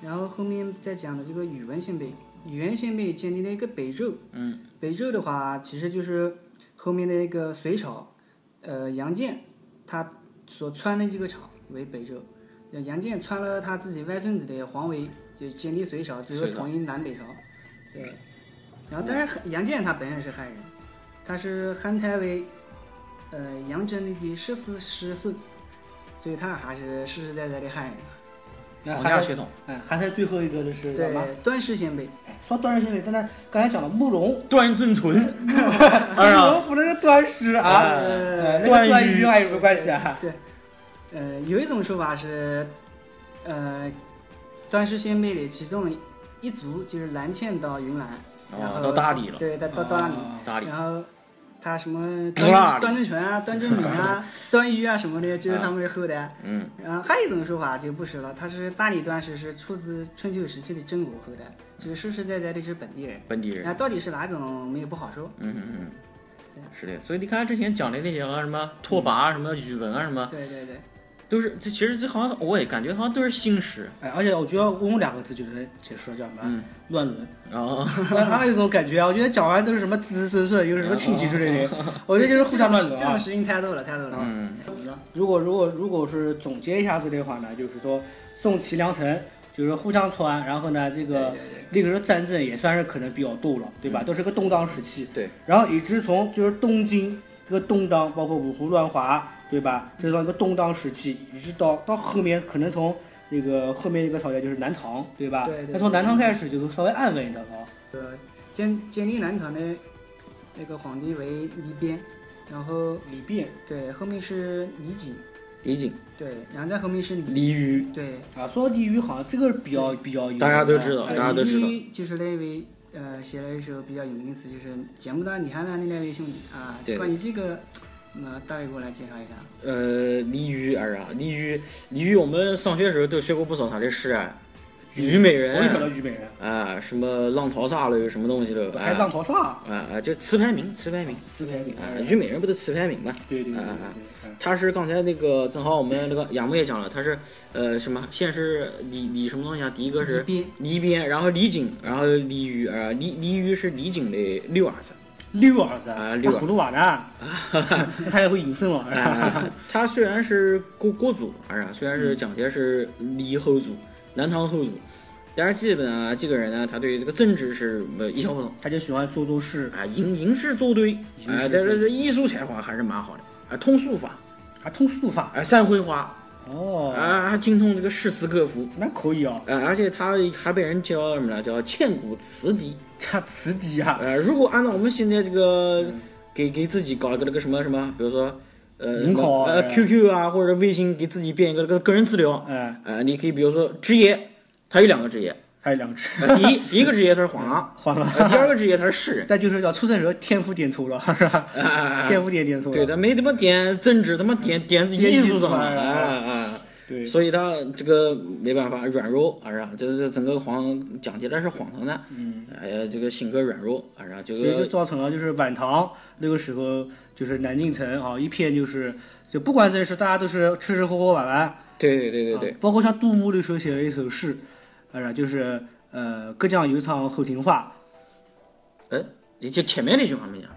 [SPEAKER 3] 然后后面再讲的这个宇文鲜卑，宇文鲜卑建立了一个北周，
[SPEAKER 2] 嗯，
[SPEAKER 3] 北周的话其实就是后面的一个隋朝，呃，杨建他所穿的这个朝为北周，那杨建穿了他自己外孙子的皇位，就建立隋朝，最后
[SPEAKER 2] 隋朝
[SPEAKER 3] 统一南北朝，对。然后，但是杨建他本人是汉人，他是汉太尉，呃，杨真的第十四世孙，所以他还是实实在在的汉人。
[SPEAKER 1] 那
[SPEAKER 2] 皇
[SPEAKER 1] 还
[SPEAKER 2] 家
[SPEAKER 1] 有
[SPEAKER 2] 血统。
[SPEAKER 1] 哎，还在最后一个就是叫什么？
[SPEAKER 3] 对，端氏鲜卑，
[SPEAKER 1] 哎说端氏心理，但是刚才讲了慕容，
[SPEAKER 2] 段正淳，
[SPEAKER 1] 慕 <laughs>
[SPEAKER 2] 二 <laughs> 啊，
[SPEAKER 1] 容不能是端氏啊，
[SPEAKER 2] 哎
[SPEAKER 1] 呃，那
[SPEAKER 3] 呃，
[SPEAKER 1] 个
[SPEAKER 2] 段
[SPEAKER 1] 段
[SPEAKER 2] 誉
[SPEAKER 1] 誉还有什么关系啊？
[SPEAKER 3] 呃，有一种说法是，呃，端氏鲜卑的其中一族就是南迁到云南，然
[SPEAKER 2] 啊，
[SPEAKER 3] 后
[SPEAKER 2] 到大理了，
[SPEAKER 3] 对，到到到那里，
[SPEAKER 1] 啊
[SPEAKER 2] 大理，
[SPEAKER 3] 然后他什么
[SPEAKER 2] 不辣
[SPEAKER 3] 端端正淳啊、端正敏啊、端瑜啊什么的，就是他们的后代。
[SPEAKER 2] 嗯，
[SPEAKER 3] 然后还有一种说法就不是了，他是大理端氏是出自春秋时期的郑国后代，就是实实在在的是本地人。
[SPEAKER 2] 本地人，
[SPEAKER 3] 那到底是哪种，我们也不好说。
[SPEAKER 2] 嗯嗯嗯，是的。所以你看之前讲的那些啊，什么拓跋啊，什么宇文啊，什么
[SPEAKER 3] 对对对，
[SPEAKER 2] 都是，这其实这好像我也感觉好像都是姓氏
[SPEAKER 1] 哎，而且我觉得我用两个字就能解释了叫什么、
[SPEAKER 2] 嗯
[SPEAKER 1] 乱伦。
[SPEAKER 2] 啊，
[SPEAKER 1] 那还有一种感觉啊，我觉得讲完都是什么子子孙孙，又是什么亲戚之类的， <laughs> 我觉得就是互相乱伦
[SPEAKER 3] 这种
[SPEAKER 1] 啊。
[SPEAKER 3] 事情太多了，太多了。
[SPEAKER 2] 嗯，
[SPEAKER 1] 如果如果如果是总结一下子的话呢，就是说宋齐梁陈就是互相传，然后呢这个历史战争也算是可能比较多了，对吧？都是个动荡时期。
[SPEAKER 2] 嗯对。
[SPEAKER 1] 然后以至从就是东京这个动荡，包括五胡乱华，对吧？这算一个动荡时期，一直到到后面可能从。那个后面一个朝代就是南唐，对吧？
[SPEAKER 3] 对对对
[SPEAKER 1] 那从南唐开始就稍微安稳一点了。
[SPEAKER 3] 呃，建建立南唐的那个皇帝为李边，然后
[SPEAKER 1] 李昺
[SPEAKER 3] 对后面是李璟，
[SPEAKER 2] 李景、
[SPEAKER 3] 对，然后再后面是李，
[SPEAKER 2] 李煜，
[SPEAKER 3] 对，
[SPEAKER 1] 啊，说到地狱好像这个比较比较有名啊，
[SPEAKER 2] 大家都知道
[SPEAKER 1] 哎
[SPEAKER 2] 大家都知道
[SPEAKER 3] 李就是那位呃写了一首比较有名的词，就是剪不断你还难的那位兄弟啊。
[SPEAKER 2] 对
[SPEAKER 3] 关于这个，那大卫给我来介绍一下。
[SPEAKER 2] 呃，李煜儿啊，李煜，李煜，我们上学的时候都学过不少他的诗啊，虞美
[SPEAKER 1] 我就想到
[SPEAKER 2] 人
[SPEAKER 1] 虞美人，
[SPEAKER 2] 啊，什么浪淘沙了，有什么东西了，
[SPEAKER 1] 还浪
[SPEAKER 2] 啊
[SPEAKER 1] 淘沙，
[SPEAKER 2] 啊啊，就词牌名，词牌名
[SPEAKER 1] 四篇里
[SPEAKER 2] 啊，虞美人不都词牌名吗？
[SPEAKER 1] 对对对对
[SPEAKER 2] 啊
[SPEAKER 1] 对，
[SPEAKER 2] 他是刚才那个正好我们那个雅木也讲了，他是呃什么先是李李什么东西啊？第一个
[SPEAKER 3] 李
[SPEAKER 2] 是
[SPEAKER 3] 边，
[SPEAKER 2] 李边，然后李景，然后李煜啊，呃李李煜是李景的六儿子。
[SPEAKER 1] 六儿子
[SPEAKER 2] 啊六儿
[SPEAKER 1] 葫芦娃呢，那 <laughs> 他也会隐身了，哎是吧 <laughs>
[SPEAKER 2] 啊，他虽然是国国族，啊，虽然
[SPEAKER 1] 嗯
[SPEAKER 2] 是讲的是李后主、南唐后主，但是基本啊，这个人呢，他对这个政治是呃一窍不通
[SPEAKER 1] 他就喜欢做做事，
[SPEAKER 2] 啊，吟吟诗作对
[SPEAKER 1] 吟
[SPEAKER 2] 啊
[SPEAKER 1] 诗，
[SPEAKER 2] 但是这艺术才华还是蛮好的啊，通书法
[SPEAKER 1] 还通书法，
[SPEAKER 2] 啊，散绘画
[SPEAKER 1] 哦，
[SPEAKER 2] 啊，还精通这个诗词歌赋。
[SPEAKER 1] 那可以哦，
[SPEAKER 2] 呃，而且他还被人叫什么呢？叫千古词帝。
[SPEAKER 1] 他词底啊，
[SPEAKER 2] 呃，如果按照我们现在这个
[SPEAKER 1] 嗯
[SPEAKER 2] 给给自己搞一个那个什么什么，比如说呃
[SPEAKER 1] 名号啊
[SPEAKER 2] 呃
[SPEAKER 1] 哎
[SPEAKER 2] QQ 啊或者微信给自己编一个那个个人资料，
[SPEAKER 1] 嗯，
[SPEAKER 2] 呃，你可以比如说职业，他有两个职业，
[SPEAKER 1] 还有两只，
[SPEAKER 2] 呃、
[SPEAKER 1] <laughs>
[SPEAKER 2] 第一第一个职业他是皇上，
[SPEAKER 1] 换了，
[SPEAKER 2] 呃，第二个职业他是士人。
[SPEAKER 1] 但就是要出生时候天赋点错了，是吧？
[SPEAKER 2] 啊啊
[SPEAKER 1] <laughs>
[SPEAKER 2] 啊
[SPEAKER 1] 天赋点点错
[SPEAKER 2] 对
[SPEAKER 1] 了，
[SPEAKER 2] 他没他妈点政治，他妈点点艺
[SPEAKER 1] 艺
[SPEAKER 2] 术上了，
[SPEAKER 1] 术上了哎
[SPEAKER 2] 啊啊！
[SPEAKER 1] 对，
[SPEAKER 2] 所以他这个没办法软弱啊，然后这这整个皇讲起来是皇上呢，
[SPEAKER 1] 嗯，
[SPEAKER 2] 哎呀，这个性格软弱啊，然后这
[SPEAKER 1] 所以就
[SPEAKER 2] 个
[SPEAKER 1] 造成了就是晚唐那个时候，就是南京城啊，一片就是就不管这事，大家都是吃吃喝喝玩玩。
[SPEAKER 2] 对对对对对
[SPEAKER 1] 啊，包括像杜牧的时候写了一首诗，啊，就是呃“各将犹唱后庭花
[SPEAKER 2] 哎你就前面那句话没讲，”，啊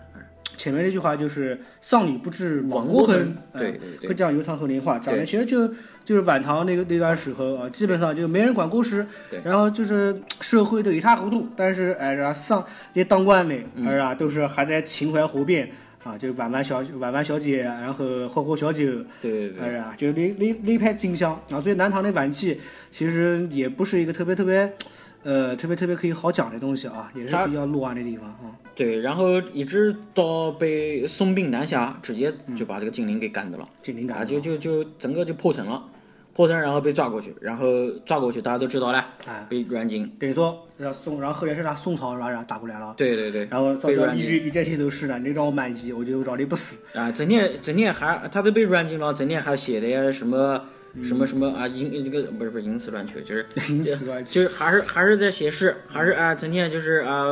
[SPEAKER 1] 前面那句话就是“上礼不知亡
[SPEAKER 2] 国
[SPEAKER 1] 国恨”，
[SPEAKER 2] 对
[SPEAKER 1] 啊，
[SPEAKER 2] 对对
[SPEAKER 1] 各将犹唱后庭花”，讲的
[SPEAKER 2] 对
[SPEAKER 1] 其实就就是晚唐那个那段时候啊，基本上就没人管国事
[SPEAKER 2] 对，
[SPEAKER 1] 然后就是社会都一塌糊涂，但是哎，然后上那些当官的，
[SPEAKER 2] 嗯
[SPEAKER 1] 哎呀，都是还在秦淮河边。啊，就玩玩小玩玩小姐，啊然后喝喝小酒，
[SPEAKER 2] 对对对，
[SPEAKER 1] 哎呀，就是那那那派金香啊，所以南唐的晚期其实也不是一个特别特别，呃，特别特别可以好讲的东西啊，也是
[SPEAKER 2] 它
[SPEAKER 1] 比较乱的地方啊。
[SPEAKER 2] 对，然后一直到被宋兵南下，直接就把这个金陵给干掉了，
[SPEAKER 1] 这嗯灵
[SPEAKER 2] 啊，
[SPEAKER 1] 感
[SPEAKER 2] 就就就整个就破城了，破城然后被抓过去，然后抓过去大家都知道了，
[SPEAKER 1] 哎，
[SPEAKER 2] 被软禁，
[SPEAKER 1] 等于说呃宋，然后后来是他宋朝是吧，然后打过来了，
[SPEAKER 2] 对对对，
[SPEAKER 1] 然后造
[SPEAKER 2] 被
[SPEAKER 1] 成
[SPEAKER 2] 软
[SPEAKER 1] 一
[SPEAKER 2] 禁
[SPEAKER 1] 句一件写都是呢，你让我满意，我就饶你不死。
[SPEAKER 2] 啊，整天整天还他都被软禁了，整天还写的什么什么什么啊，淫这个不是不是淫词乱去，
[SPEAKER 1] <laughs>
[SPEAKER 2] 就是
[SPEAKER 1] 因此嗯乱
[SPEAKER 2] 就是还是还是在写诗，还是啊，整天就是啊，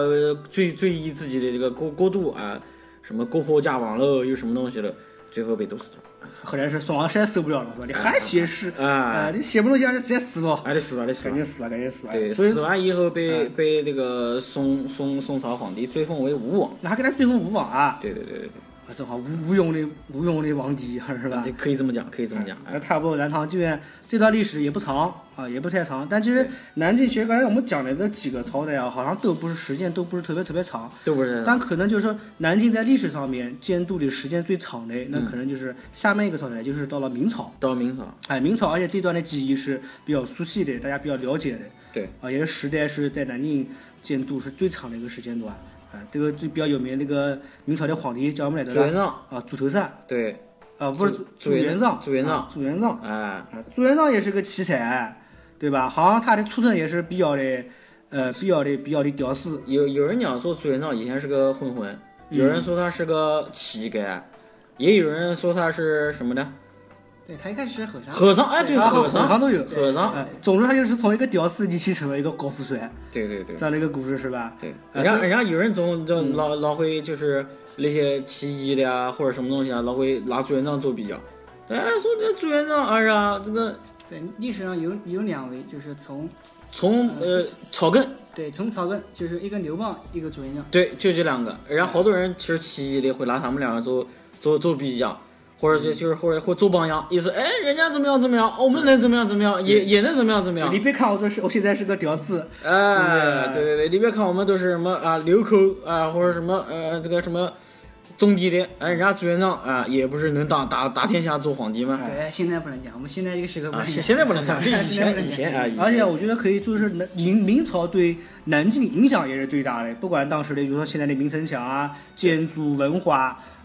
[SPEAKER 2] 醉醉意自己的这个过过度啊，什么过后嫁网喽，又什么东西了，最后被毒死了
[SPEAKER 1] 后来是宋王实在受不了了，说你还写诗
[SPEAKER 2] 啊，
[SPEAKER 1] 啊？你写不动就直接死吧，
[SPEAKER 2] 啊，得死吧，得死
[SPEAKER 1] 赶
[SPEAKER 2] 吧。
[SPEAKER 1] 紧死吧，赶紧死吧。
[SPEAKER 2] 对，
[SPEAKER 1] 所以啊
[SPEAKER 2] 死完以后被、被那个宋宋宋朝皇帝追封为吴王。
[SPEAKER 1] 那还给他变成吴王啊？
[SPEAKER 2] 对对对对
[SPEAKER 1] 我正好吴吴用的吴用的王帝 <laughs> 是吧
[SPEAKER 2] 啊对，？可以这么讲，可以这么讲。哎
[SPEAKER 1] 那差不多，南唐这边这段历史也不长啊，也不太长。但其实南晋其实刚才我们讲的这几个朝代啊，好像都不是时间都不是特别特别长，
[SPEAKER 2] 都不是，
[SPEAKER 1] 但可能就是说南晋在历史上面监督的时间最长的，
[SPEAKER 2] 嗯
[SPEAKER 1] 那可能就是下面一个朝代，就是到了明朝。
[SPEAKER 2] 到明朝，
[SPEAKER 1] 哎，明朝，而且这段的记忆是比较熟悉的，大家比较了解的。
[SPEAKER 2] 对，
[SPEAKER 1] 啊，也是时代是在南京建都是最长的一个时间段。啊，这个最比较有名的那个明朝的皇帝叫什么来着
[SPEAKER 2] 朱？元璋，
[SPEAKER 1] 啊，祖头山。
[SPEAKER 2] 对，
[SPEAKER 1] 啊，不是
[SPEAKER 2] 祖
[SPEAKER 1] 祖元璋。
[SPEAKER 2] 祖元璋
[SPEAKER 1] 啊。祖元璋。
[SPEAKER 2] 哎，
[SPEAKER 1] 啊，朱元璋也是个奇才，对吧？好像他的出身也是比较的，呃，比较的比较的屌丝。
[SPEAKER 2] 有有人讲说朱元璋以前是个混混，有人说他是个乞丐，也有人说他是什么呢？
[SPEAKER 3] 对他一开始是和尚，
[SPEAKER 2] 和尚，哎，对，
[SPEAKER 1] 啊
[SPEAKER 2] 和
[SPEAKER 1] 和
[SPEAKER 2] 尚，
[SPEAKER 1] 尚都有。
[SPEAKER 2] 和尚，
[SPEAKER 1] 哎，总之他就是从一个屌丝逆袭成了一个高富帅，
[SPEAKER 2] 对呃对对
[SPEAKER 1] 这样的一个故事是吧？
[SPEAKER 2] 对。
[SPEAKER 1] 哎
[SPEAKER 2] 人家人家有人总就老老会就是那些起义的啊，或者什么东西啊，老会拿朱元璋做比较。哎，说这朱元璋，哎呀，这个
[SPEAKER 3] 对历史上有有两位，就是从
[SPEAKER 2] 从呃草根，
[SPEAKER 3] 对从草根，就是一个刘邦，一个朱元璋。
[SPEAKER 2] 对，就这两个。人家好多人其实起义的会拿他们两个做做做比较，或
[SPEAKER 1] 嗯
[SPEAKER 2] 者就就是或者会做榜样，意思哎，人家怎么样怎么样，我们能怎么样怎么样，也也能怎么样怎么样
[SPEAKER 1] 你。别看我这是我现在是个屌丝，
[SPEAKER 2] 哎，对对对，你别看我们都是什么啊流寇啊，或者什么呃这个什么宗帝的，哎，人家朱元璋啊也不是能打打打天下做皇帝
[SPEAKER 1] 哎
[SPEAKER 2] 吗？
[SPEAKER 3] 对，现在不能讲，我们现在这个时刻不
[SPEAKER 2] 啊，
[SPEAKER 3] 能
[SPEAKER 2] 现
[SPEAKER 3] 讲。
[SPEAKER 2] 现在不
[SPEAKER 1] <laughs>
[SPEAKER 2] 能讲，是以
[SPEAKER 3] 现在
[SPEAKER 2] 前
[SPEAKER 3] 不能
[SPEAKER 2] 以前
[SPEAKER 3] 讲
[SPEAKER 2] 啊，以前
[SPEAKER 1] 而且我觉得可以，就是南明明朝对南京的影响也是最大的，不管当时的，比如说现在的明城墙啊、建筑文化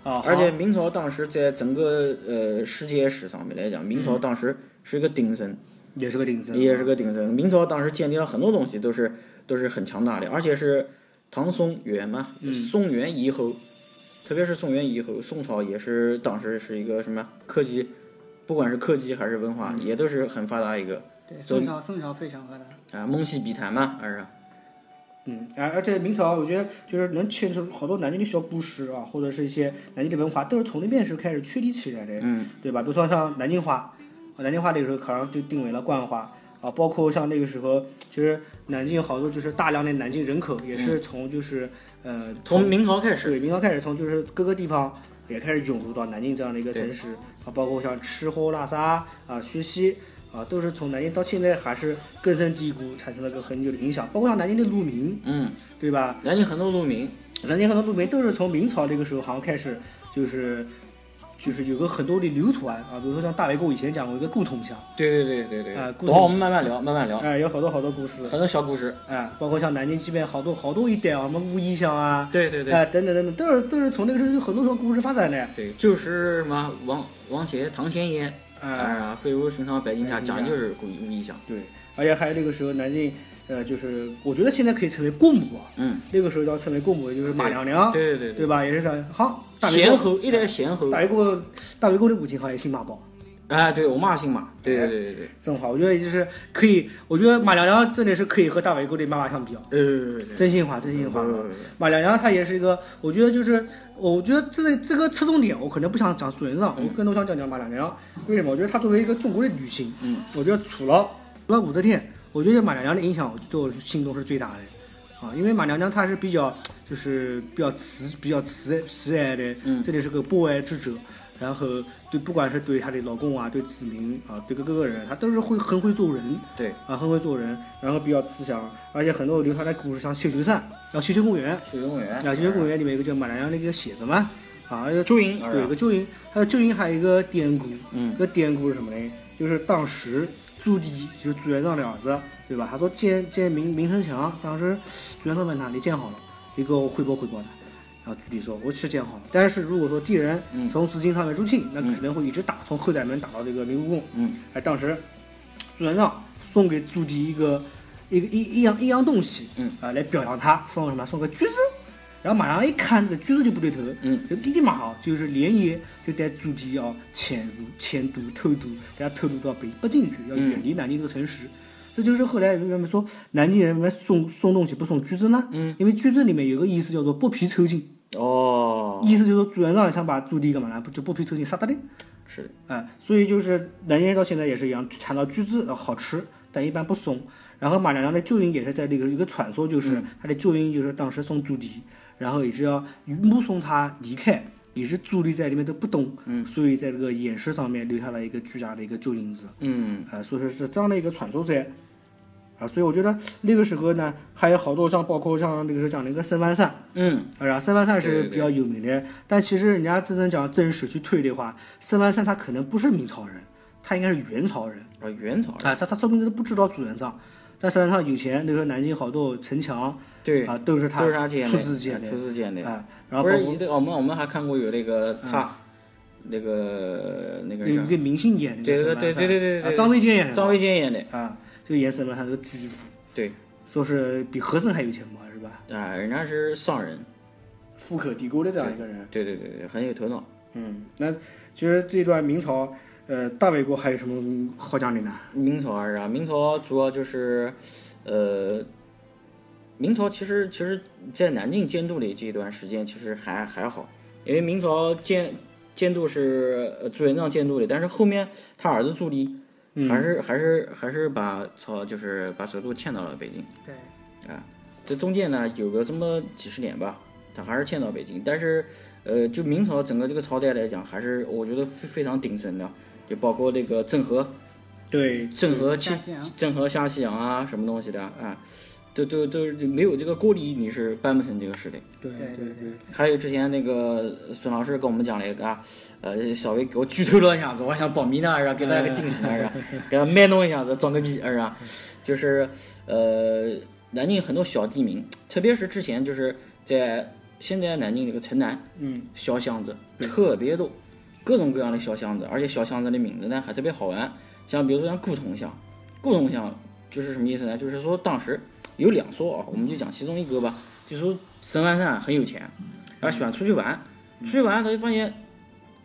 [SPEAKER 1] 啊，好
[SPEAKER 2] 而且明朝当时在整个呃世界史上面来讲，明
[SPEAKER 1] 嗯
[SPEAKER 2] 朝当时是一个鼎盛。
[SPEAKER 1] 也是个顶子，
[SPEAKER 2] 也是个鼎盛。明朝当时建立了很多东西，都是都是很强大的，而且是唐宋元嘛，宋元以后，特别是宋元以后，宋朝也是当时是一个什么科技，不管是科技还是文化，也都是很发达一个
[SPEAKER 3] 对，宋朝宋朝非常发达。
[SPEAKER 2] 啊，梦溪笔谈嘛，还是
[SPEAKER 1] 嗯，而而且明朝，我觉得就是能牵出好多南京的小故事啊，或者是一些南京的文化，都是从那边时候开始确立起来的，
[SPEAKER 2] 嗯，
[SPEAKER 1] 对吧？比如说像南京话，啊南京话那个时候好像就定为了官话啊，包括像那个时候，其实南京有好多就是大量的南京人口也是从就是、呃
[SPEAKER 2] 嗯从明朝开始，
[SPEAKER 1] 对，明朝开始从就是各个地方也开始涌入到南京这样的一个城市啊，包括像吃喝拉撒啊、学习啊，都是从南京到现在还是根深蒂固，产生了个很久的影响。包括像南京的路名，
[SPEAKER 2] 嗯，
[SPEAKER 1] 对吧？
[SPEAKER 2] 南京很多路名，
[SPEAKER 1] 南京很多路名都是从明朝这个时候好像开始就是。就是有个很多的流传啊，比如说像大白沟以前讲过一个故通巷，
[SPEAKER 2] 对对对对对，
[SPEAKER 1] 啊故
[SPEAKER 2] 等会儿我们慢慢聊，慢慢聊，
[SPEAKER 1] 哎、有好多好多故事，
[SPEAKER 2] 很多小故事，
[SPEAKER 1] 哎、包括像南京这边好多好多一带啊，什么乌衣巷啊，
[SPEAKER 2] 对对对。
[SPEAKER 1] 哎、等等等等，都是都是从那个时候有很多条故事发展的，
[SPEAKER 2] 对，就是什么王王杰、唐闲言，
[SPEAKER 1] 哎、
[SPEAKER 2] 啊，飞如寻常百姓家，
[SPEAKER 1] 百姓家
[SPEAKER 2] 讲就是故意想，
[SPEAKER 1] 对，而且还有那个时候南京，呃，就是我觉得现在可以称为过母啊，
[SPEAKER 2] 嗯，
[SPEAKER 1] 那个时候要称为过母，也就是马娘娘，
[SPEAKER 2] 对对对对
[SPEAKER 1] 啊对吧？也是这样好，大明
[SPEAKER 2] 贤
[SPEAKER 1] 宫
[SPEAKER 2] 侯，一代贤侯
[SPEAKER 1] 大。明宫，大明宫的母亲好像也姓马宝，
[SPEAKER 2] 哎，对我妈姓马。对对对对
[SPEAKER 1] 正好，我觉得就是可以，我觉得马娘娘真的是可以和大围沟的妈妈相比啊，
[SPEAKER 2] 对，呃，
[SPEAKER 1] 真心话，真心话啊。
[SPEAKER 2] 不
[SPEAKER 1] 马良良他也是一个，我觉得就是，我觉得这个这个侧重点，我可能不想讲苏元璋，
[SPEAKER 2] 嗯
[SPEAKER 1] 我更多想讲讲马良良。为什么？我觉得她作为一个中国的女性，
[SPEAKER 2] 嗯，
[SPEAKER 1] 我觉得除了除了武则天，我觉得马良良的影响对我心中是最大的，啊，因为马良良她是比较就是比较慈比较慈慈爱的，
[SPEAKER 2] 嗯
[SPEAKER 1] 这里是个博爱之者。然后对，不管是对她的老公啊，对子民啊，对各个人，她都是会很会做人，
[SPEAKER 2] 对
[SPEAKER 1] 啊，很会做人，然后比较慈祥，而且很多流传的故事，像绣球山，啊，绣球公园，
[SPEAKER 2] 水公园，
[SPEAKER 1] 啊，就是公园里面有一个叫马良良的一个写字嘛，啊，有
[SPEAKER 2] 朱茵，
[SPEAKER 1] 有一个旧营，还有旧营还有一个典故，
[SPEAKER 2] 哎嗯，
[SPEAKER 1] 一个典故是什么呢？就是当时朱棣就是朱元璋的儿子，对吧？他说建建明明城墙，当时朱元璋问他你建好了，你给我汇报汇报的。然后朱棣说我是建好了，但是如果说敌人
[SPEAKER 2] 嗯
[SPEAKER 1] 从紫禁上面入侵，那
[SPEAKER 2] 嗯
[SPEAKER 1] 可能会一直打，从后宅门打到这个明故宫。
[SPEAKER 2] 嗯，
[SPEAKER 1] 哎，当时朱元璋送给朱棣一个一个一一样一样东西，
[SPEAKER 2] 嗯
[SPEAKER 1] 啊、来表扬他，送什么？送个橘子。然后马上一看这个句子就不对头，
[SPEAKER 2] 嗯，
[SPEAKER 1] 就立马啊就是连夜就带主题啊潜入、迁都、偷渡，给他偷渡到北北京去，
[SPEAKER 2] 嗯
[SPEAKER 1] 要远离南京这个城市。这就是后来人们说南京人为什么送送东西不送橘子呢？嗯，因为橘子里面有个意思叫做剥皮抽筋，
[SPEAKER 2] 哦，
[SPEAKER 1] 意思就是主人让你想把朱棣干嘛呢？不就剥皮抽筋杀掉的。
[SPEAKER 2] 是
[SPEAKER 1] 哎，所以就是南京人到现在也是一样，谈到橘子、呃好吃，但一般不送。然后马良良的旧音也是在那个一个传说，就是、他的旧音就是当时送朱棣，然后也是要目送他离开，也是朱棣在里面都不懂，嗯，所以在这个演示上面留下了一个巨大的一个旧影子，
[SPEAKER 2] 嗯，
[SPEAKER 1] 啊、所以说是这样的一个传说在。啊，所以我觉得那个时候呢，还有好多像包括像那个时候讲那个生番扇，
[SPEAKER 2] 嗯，
[SPEAKER 1] 啊，然后三番扇
[SPEAKER 2] 对
[SPEAKER 1] 是
[SPEAKER 2] 对
[SPEAKER 1] 比较有名的，但其实人家真正讲正史去推的话，三番扇他可能不是明朝人，他应该是元朝人
[SPEAKER 2] 啊，元朝人，
[SPEAKER 1] 啊，他他说不定都不知道朱元璋。但三番上有钱，那时候南京好多城墙
[SPEAKER 2] 对，
[SPEAKER 1] 啊，都是他
[SPEAKER 2] 都是他建
[SPEAKER 1] 出
[SPEAKER 2] 的，
[SPEAKER 1] 资建
[SPEAKER 2] 出
[SPEAKER 1] 的
[SPEAKER 2] 资建的。
[SPEAKER 1] 啊。然后
[SPEAKER 2] 不
[SPEAKER 1] 包
[SPEAKER 2] 是
[SPEAKER 1] 括嗯
[SPEAKER 2] 哦有我们我们还看过有那个他，那个那个
[SPEAKER 1] 有
[SPEAKER 2] 人
[SPEAKER 1] 一
[SPEAKER 2] 叫
[SPEAKER 1] 个明星演的那个
[SPEAKER 2] 对
[SPEAKER 1] 三
[SPEAKER 2] 对
[SPEAKER 1] 番
[SPEAKER 2] 对对对对
[SPEAKER 1] 扇，啊
[SPEAKER 2] 对
[SPEAKER 1] 张卫健演的
[SPEAKER 2] 张卫健演的，
[SPEAKER 1] 啊，就演三番上这个巨富，
[SPEAKER 2] 对，
[SPEAKER 1] 说是比和珅还有钱嘛，是吧？
[SPEAKER 2] 啊，人家是商人，
[SPEAKER 1] 富可敌国的这样一个人。
[SPEAKER 2] 对对对对，很有头脑。
[SPEAKER 1] 嗯，那其实这段明朝，呃，大魏国还有什么好讲的呢？
[SPEAKER 2] 明朝还是啥？明朝主要就是，呃，明朝其实其实在南京监督的这一段时间，其实还还好，因为明朝监监督是呃朱元璋监督的，但是后面他儿子朱棣还是、还是还是把朝就是把首都迁到了北京。
[SPEAKER 3] 对，
[SPEAKER 2] 这中间呢有个这么几十年吧，他还是迁到北京，但是呃，就明朝整个这个朝代来讲，还是我觉得非非常鼎盛的，就包括那个郑和，
[SPEAKER 1] 对，
[SPEAKER 2] 郑和
[SPEAKER 3] 下
[SPEAKER 2] 去
[SPEAKER 3] 西洋
[SPEAKER 2] 郑和下西洋啊，什么东西的啊，都都都没有这个郭黎，你是办不成这个事的。
[SPEAKER 1] 对
[SPEAKER 3] 对
[SPEAKER 1] 对对，
[SPEAKER 2] 还有之前那个孙老师跟我们讲了一个啊，呃，稍微给我剧透了一下子，我想保密呢，是吧？给大家个惊喜呢，是吧？给他卖弄一下子，装个逼，是吧？就是呃，南京很多小地名，特别是之前就是在现在南京这个城南，
[SPEAKER 1] 嗯，
[SPEAKER 2] 小巷子特别多，各种各样的小巷子，而且小巷子的名字呢还特别好玩，像比如说像古铜巷，古铜巷就是什么意思呢？就是说当时有两说啊，我们就讲其中一个吧，就说沈万善很有钱，然后喜欢出去玩，出去玩他就发现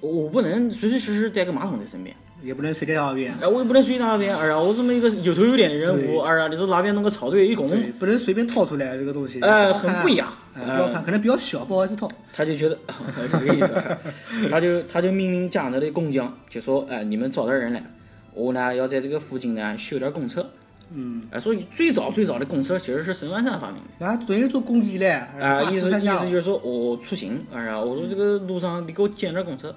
[SPEAKER 2] 我我不能随随时时带个马桶在身边，
[SPEAKER 1] 也不能随便大小便，
[SPEAKER 2] 哎，我也不能随地大小便，哎呀，我这么一个有头有脸的人物，
[SPEAKER 1] 对
[SPEAKER 2] 哎呀，你说哪边弄个草堆一拱，
[SPEAKER 1] 对，不能随便掏出来这个东西，
[SPEAKER 2] 哎，
[SPEAKER 1] 不好看
[SPEAKER 2] 很不雅，
[SPEAKER 1] 哎不好看，可能比较小，不好意思掏。
[SPEAKER 2] 他就觉得 <laughs> 是这个意思， <laughs> 他就他就命令加拿大的工匠，就说：“哎，你们找点人来，我呢要在这个附近呢修点公车。”嗯，哎，所以最早最早的公车其实是沈万山发明的。
[SPEAKER 1] 啊，等于做公益嘞，
[SPEAKER 2] 啊、
[SPEAKER 1] 八
[SPEAKER 2] 意
[SPEAKER 1] 十
[SPEAKER 2] 思
[SPEAKER 1] 三
[SPEAKER 2] 意
[SPEAKER 1] 家
[SPEAKER 2] 思就是说我出行，哎呀，我说这个路上你给我建点公车，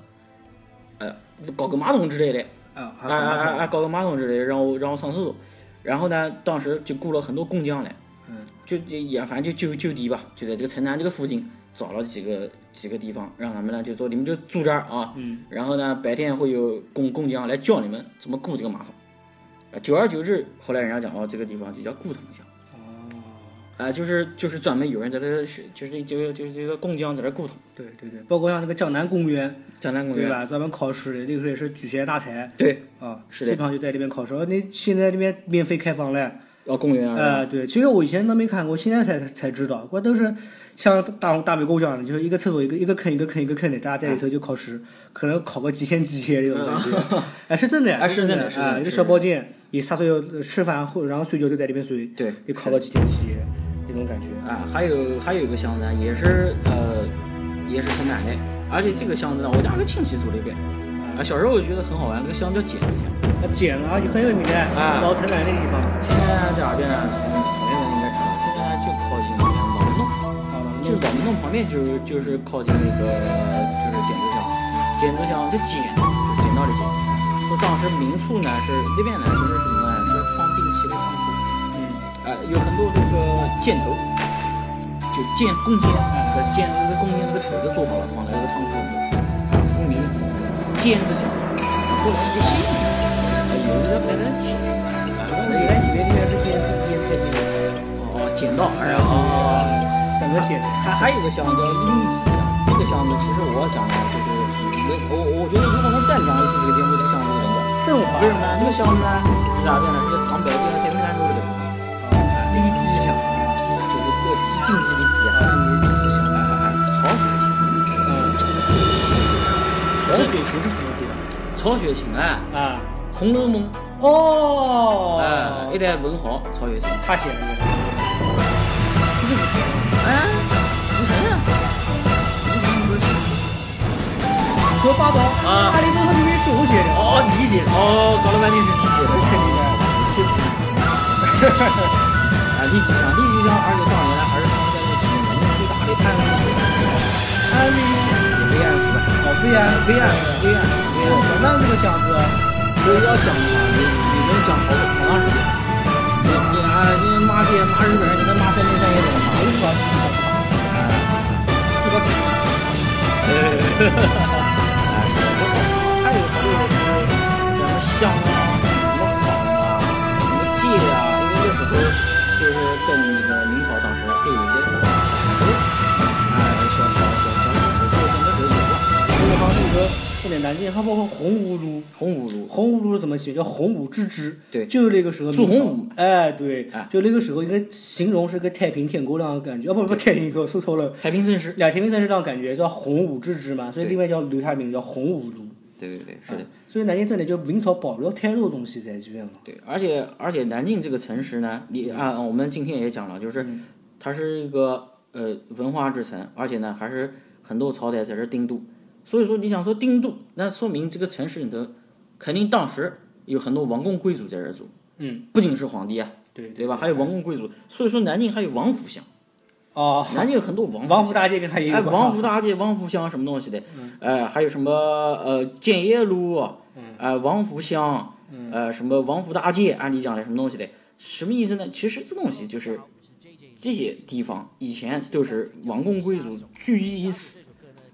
[SPEAKER 2] 哎，搞个马桶之类的，
[SPEAKER 1] 啊，
[SPEAKER 2] 啊啊啊啊，搞个马桶之类的，让我让我上厕所。然后呢，当时就雇了很多工匠来，
[SPEAKER 1] 嗯，
[SPEAKER 2] 就就也反正就就就地吧，就在这个城南这个附近找了几个几个地方，让他们呢就说你们就住这儿啊，嗯，然后呢白天会有工工匠来教你们怎么雇这个马桶。啊久而久之，后来人家讲哦，这个地方就叫固桶巷。哦，啊，就是就是专门有人在这学，就是就是就是这个工匠在这固桶，
[SPEAKER 1] 对对对，包括像那个江南公园，
[SPEAKER 2] 江南公
[SPEAKER 1] 对
[SPEAKER 2] 园。
[SPEAKER 1] 吧？专门考试的，那个时候也是举贤大才
[SPEAKER 2] 对，
[SPEAKER 1] 啊，
[SPEAKER 2] 是
[SPEAKER 1] 基
[SPEAKER 2] 的
[SPEAKER 1] 本上就在那边考试。哦，那现在那边免费开放嘞，
[SPEAKER 2] 哦，公园啊，
[SPEAKER 1] 呃，对，其实我以前都没看过，现在才才才知道，我都是像大大美沟讲的，就是一个厕所一个一个坑一个坑一个坑的，大家在里头就考试，可能考个几千几千的那种感觉， <laughs> 哎，是真的，
[SPEAKER 2] 哎是真的
[SPEAKER 1] 的，
[SPEAKER 2] 是真的
[SPEAKER 1] 啊，一个
[SPEAKER 2] 是
[SPEAKER 1] 小包间，你啥时候要吃饭或然后睡觉就在里面睡，
[SPEAKER 2] 对，
[SPEAKER 1] 你考个几千几千那种感觉，
[SPEAKER 2] 啊，还有还有一个箱子呢，也是呃，也是城南的，而且这个箱子呢，我家个亲戚住了一遍。啊，小时候我觉得很好玩，这个箱子叫剪子箱。
[SPEAKER 1] 啊，简啊也很有名的，
[SPEAKER 2] 啊
[SPEAKER 1] 老城南的地方，
[SPEAKER 2] 现在在耳边，嗯旁边人应该知道，现在就靠近老门洞，
[SPEAKER 1] 啊，
[SPEAKER 2] 就是老门洞旁边就是就是靠近那个就是剪子箱，剪子箱就剪，就是剪刀的剪。说当时明处呢是那边呢其实是什么呢？是放兵器的仓库，
[SPEAKER 1] 嗯，
[SPEAKER 2] 呃，有很多这个箭头，就箭弓箭，呃，箭那个弓箭那个腿都做好了，放在这个仓库里面，不明箭子响，然后来一个新的，呃，有一个在那剪，啊，那原来以为这边是编编的这个，哦，剪刀，哎呀，哦。
[SPEAKER 1] 怎么简？
[SPEAKER 2] 还还有一个箱子叫利己箱，这个箱子其实我讲的就是，我我我觉得如果能再讲一期这个节目，这个箱子就能讲。
[SPEAKER 1] 振华
[SPEAKER 2] 为什么呢？这个箱子呢，是哪边呢？是藏北京天门山路的地方。
[SPEAKER 1] 利基
[SPEAKER 2] 鸡，就是这个鸡，竞技的鸡啊，竞技的鸡，
[SPEAKER 1] 乡，
[SPEAKER 2] 哎哎
[SPEAKER 1] 曹雪芹是什么地方
[SPEAKER 2] 曹雪芹啊，
[SPEAKER 1] 啊？
[SPEAKER 2] 《红楼梦》哎，一
[SPEAKER 1] 哦，
[SPEAKER 2] 代文豪曹雪芹。
[SPEAKER 1] 他写的这个。
[SPEAKER 2] 哎，你谁呀？
[SPEAKER 1] 和八宝
[SPEAKER 2] 啊
[SPEAKER 1] 哈利波特明明是我写的，
[SPEAKER 2] 哦，你写的哦，搞了半天是你写的。
[SPEAKER 1] 肯定的，气
[SPEAKER 2] 啊，立即上，立即上，二九杠原来还是他们在一起人物最大的叛逆，
[SPEAKER 1] 安利，
[SPEAKER 2] 也微暗是吧？
[SPEAKER 1] 好悲哀，
[SPEAKER 2] 微暗，微暗，微暗。
[SPEAKER 1] 我让这么想哥，
[SPEAKER 2] 所以要讲他，你你们讲好好长时间。你你啊，你骂这骂日本人，你跟骂三天三夜怎
[SPEAKER 1] 我
[SPEAKER 2] 么
[SPEAKER 1] 就喜欢
[SPEAKER 2] 骂？啊，这个惨。哎，还有还有什么香啊，什么仿啊，什么戒啊，因为那时候就是跟那个明朝当时对有些哎，小小小小小时候跟那时候有关。
[SPEAKER 1] 这个方式说这点南京，还包括红葫芦。
[SPEAKER 2] 红葫芦，
[SPEAKER 1] 红葫芦是怎么写？叫红五之之，
[SPEAKER 2] 对
[SPEAKER 1] 就是那个时候
[SPEAKER 2] 祝
[SPEAKER 1] 明朝
[SPEAKER 2] 红五
[SPEAKER 1] 哎，对
[SPEAKER 2] 哎，
[SPEAKER 1] 就那个时候应该形容是个太平天国那样的感觉，啊不不，太平天国说错了，
[SPEAKER 2] 太平盛世。
[SPEAKER 1] 两天平盛世那样的感觉叫红五之之嘛，所以
[SPEAKER 2] 对
[SPEAKER 1] 另外叫留下名叫红葫芦。
[SPEAKER 2] 对对对，是的
[SPEAKER 1] 啊。所以南京这里就明朝保留了太多东西在这边了。
[SPEAKER 2] 对，而且而且南京这个城市呢，你啊，我们今天也讲了，就是
[SPEAKER 1] 嗯
[SPEAKER 2] 它是一个呃文化之城，而且呢还是很多朝代在这定都，所以说你想说定都，那说明这个城市里头肯定当时有很多王公贵族在这住，
[SPEAKER 1] 嗯，
[SPEAKER 2] 不仅是皇帝啊，
[SPEAKER 1] 对
[SPEAKER 2] 对吧？还有王公贵族，所以说南京还有王府巷，
[SPEAKER 1] 哦，
[SPEAKER 2] 南京有很多王
[SPEAKER 1] 王
[SPEAKER 2] 府
[SPEAKER 1] 府
[SPEAKER 2] 巷。
[SPEAKER 1] 大街跟他也有
[SPEAKER 2] 哎，
[SPEAKER 1] 关啊
[SPEAKER 2] 王府大街、王府巷什么东西的，呃，还有什么呃建业路，呃王府巷，呃什么王府大街，按理讲的什么东西的，什么意思呢？其实这东西就是这些地方以前都是王公贵族聚集一起，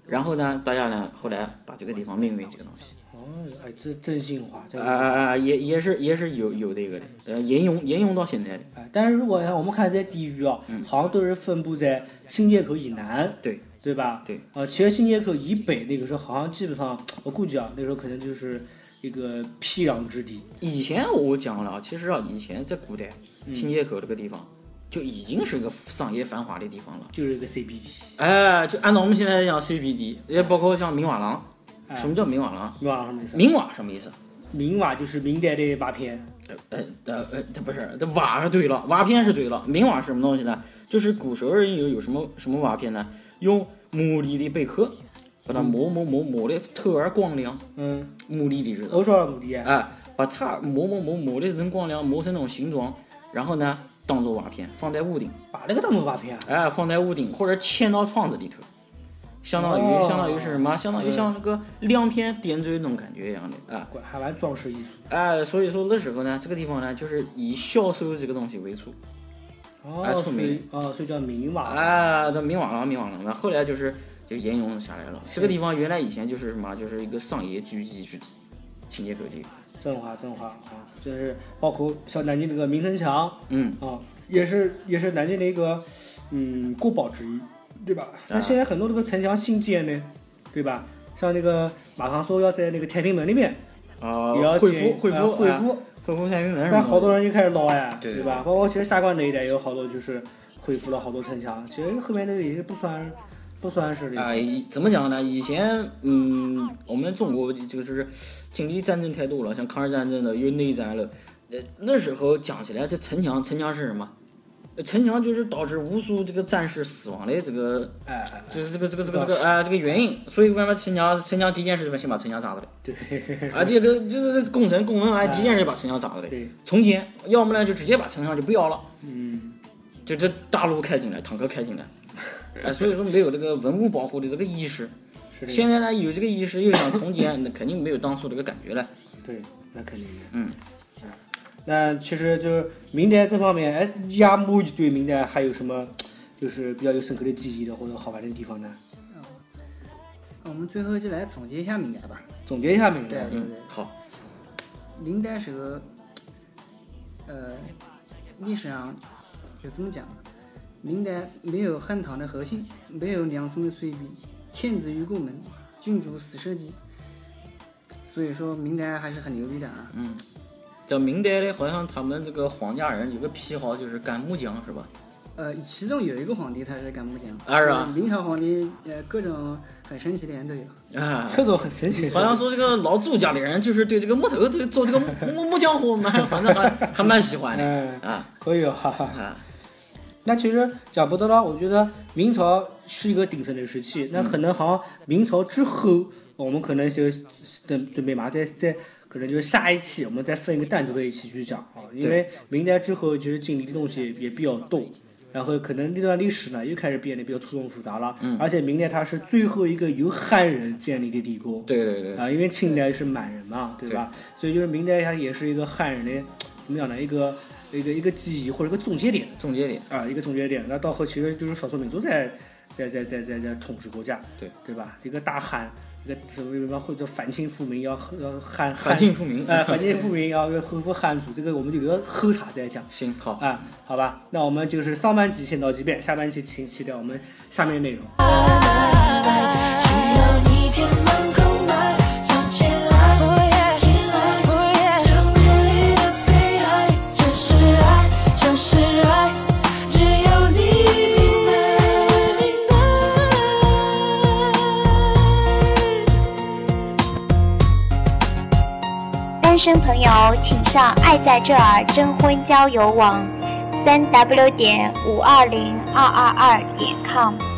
[SPEAKER 2] 然后呢，大家呢后来把这个地方命名这个东西，
[SPEAKER 1] 哦，哎，这真心话，这
[SPEAKER 2] 啊
[SPEAKER 1] 个
[SPEAKER 2] 啊啊，也也是也是有有这个的，呃沿用沿用到现在的，
[SPEAKER 1] 哎，但是如果我们看这些地域啊，好像都是分布在新街口以南，
[SPEAKER 2] 嗯对
[SPEAKER 1] 对吧？
[SPEAKER 2] 对。
[SPEAKER 1] 呃，其实新街口以北那个时候，好像基本上，我估计啊，那时候可能就是一个僻壤之地。
[SPEAKER 2] 以前我讲了，其实啊，以前在古代新街口这个地方就已经是个商业繁华的地方了。
[SPEAKER 1] 就是一个 CBD，
[SPEAKER 2] 哎，就按照我们现在讲 CBD，也包括像明瓦廊。
[SPEAKER 1] 哎
[SPEAKER 2] 什么叫明瓦廊？
[SPEAKER 1] 明瓦什么意思？
[SPEAKER 2] 明瓦什么意思？
[SPEAKER 1] 明瓦就是明代的瓦片，
[SPEAKER 2] 呃呃呃，它不是，这瓦是对了，瓦片是对了。明瓦是什么东西呢？就是古时候人有有什么什么瓦片呢？用牡蛎的贝壳把它磨磨磨磨的透而光亮，
[SPEAKER 1] 嗯，
[SPEAKER 2] 牡蛎你知道？
[SPEAKER 1] 我说了目的，啊
[SPEAKER 2] 哎，把它磨磨磨磨的成光亮，磨成那种形状，然后呢当做瓦片放在屋顶。
[SPEAKER 1] 把那个当做瓦片啊，
[SPEAKER 2] 哎，放在屋顶或者嵌到窗子里头，相当于、
[SPEAKER 1] 哦
[SPEAKER 2] 相当于是什么？相当于像那个亮片点缀那种感觉一样的啊！
[SPEAKER 1] 管还玩装饰艺术。
[SPEAKER 2] 哎，所以说那时候呢，这个地方呢，就是以销售这个东西为主。哎
[SPEAKER 1] 哦，
[SPEAKER 2] 出
[SPEAKER 1] 所
[SPEAKER 2] 名
[SPEAKER 1] 以哦，所以叫明瓦。
[SPEAKER 2] 啊，这明网了，明网了，那后来就是就沿用下来了。这个地方原来以前就是什么，就是一个商业聚集之地，新街口这个。
[SPEAKER 1] 振华，振华啊，就是包括像南京那个明城墙，
[SPEAKER 2] 嗯，
[SPEAKER 1] 啊，也是也是南京的一个嗯国宝之一，对吧？
[SPEAKER 2] 啊
[SPEAKER 1] 那现在很多这个城墙新建呢，对吧？像那个马上说要在那个太平门那边
[SPEAKER 2] 啊
[SPEAKER 1] 也要
[SPEAKER 2] 惠
[SPEAKER 1] 建
[SPEAKER 2] 福惠
[SPEAKER 1] 啊
[SPEAKER 2] 福
[SPEAKER 1] 惠
[SPEAKER 2] 哎
[SPEAKER 1] 福，
[SPEAKER 2] 惠福太平门什么的，
[SPEAKER 1] 但好多人就开始捞呀，
[SPEAKER 2] 对
[SPEAKER 1] 吧？包括其实下关那一带也有好多就是恢复了好多城墙，其实后面那个也不算不算是那
[SPEAKER 2] 啊、
[SPEAKER 1] 个，
[SPEAKER 2] 以怎么讲呢？以前，嗯，我们中国这个就是经历战争太多了，像抗日战争的，又内战了。呃，那时候讲起来，这城墙，城墙是什么？呃城墙就是导致无数这个战士死亡的这个，
[SPEAKER 1] 哎哎，
[SPEAKER 2] 这这个这个这个这个啊、这个原因。所以，为什么城墙，城墙第一件事就先把城墙砸了的？
[SPEAKER 1] 对
[SPEAKER 2] 啊，这个这个工程工程来第一件事把城墙砸了的。
[SPEAKER 1] 对，
[SPEAKER 2] 从前，要么呢就直接把城墙就不要了。
[SPEAKER 1] 嗯，
[SPEAKER 2] 就这大陆开进来，坦克开进来，哎、所以说没有这个文物保护的这个意识。
[SPEAKER 1] 是的，
[SPEAKER 2] 现在呢，有这个意识又想重建，那肯定没有当初这个感觉了。
[SPEAKER 1] 对，那肯定的，
[SPEAKER 2] 嗯
[SPEAKER 1] 哎。那其实就是明代这方面，哎，亚木对明代还有什么，就是比较有深刻的记忆的或者好玩的地方呢？
[SPEAKER 3] 我们最后就来总结一下明代吧。
[SPEAKER 1] 总结一下明代，
[SPEAKER 3] 对
[SPEAKER 2] 嗯，好，
[SPEAKER 3] 明代时候，呃，历史上就这么讲，明代没有汉唐的和信，没有梁宋的岁币，天子于宫门，君主死社稷。所以说明代还是很牛逼的啊。
[SPEAKER 2] 叫明代的，好像他们这个皇家人有个癖好就是干木匠是吧？ <laughs>
[SPEAKER 3] 啊、呃，其中有一个皇帝他是敢不讲，
[SPEAKER 2] 啊是吧
[SPEAKER 3] 明朝皇帝呃各种很神奇的人都有，
[SPEAKER 1] <laughs>
[SPEAKER 2] 啊。
[SPEAKER 1] 这种很神奇。
[SPEAKER 2] 好像说这个老朱家里人就是对这个木头这个做这个木木木浆糊蛮，反正还还蛮喜欢的
[SPEAKER 1] 嗯，
[SPEAKER 2] 啊
[SPEAKER 1] 可以哦，哈哈。
[SPEAKER 2] 啊，
[SPEAKER 1] 那其实讲不到了，我觉得明朝是一个鼎盛的时期。那可能好像明朝之后，我们可能就准准备嘛，再再可能就是下一期我们再分一个单独的一期去讲啊，因为明代之后其实经历的东西也比较多。然后可能那段历史呢，又开始变得比较错综复杂了。而且明代它是最后一个由汉人建立的帝国，
[SPEAKER 2] 对对对，
[SPEAKER 1] 啊、因为清代是满人嘛，对吧？所以就是明代它也是一个汉人的怎么讲呢？一个一个一个记忆或者一个总结点。
[SPEAKER 2] 总结点，
[SPEAKER 1] 啊，一个总结点。那到后其实就是少数民族在在在在在在统治国家，
[SPEAKER 2] 对
[SPEAKER 1] 对吧？一个大汉，一个什么什么或者反清复明要要汉
[SPEAKER 2] 反
[SPEAKER 1] 汉，
[SPEAKER 2] 清复明，
[SPEAKER 1] 哎，反清复明要要恢复汉族，这个我们就留到后茬再讲。
[SPEAKER 2] 行好，
[SPEAKER 1] 啊，好吧，那我们就是上半集先到这边，下半集请期待我们下面的内容。
[SPEAKER 4] 只有一片满空白，想起来，起来，生命里的悲哀，这是爱，这是爱，只有你明白。
[SPEAKER 5] 单身朋友，请上“爱在这儿”征婚交友网，三 w 点五二零二二二点 com。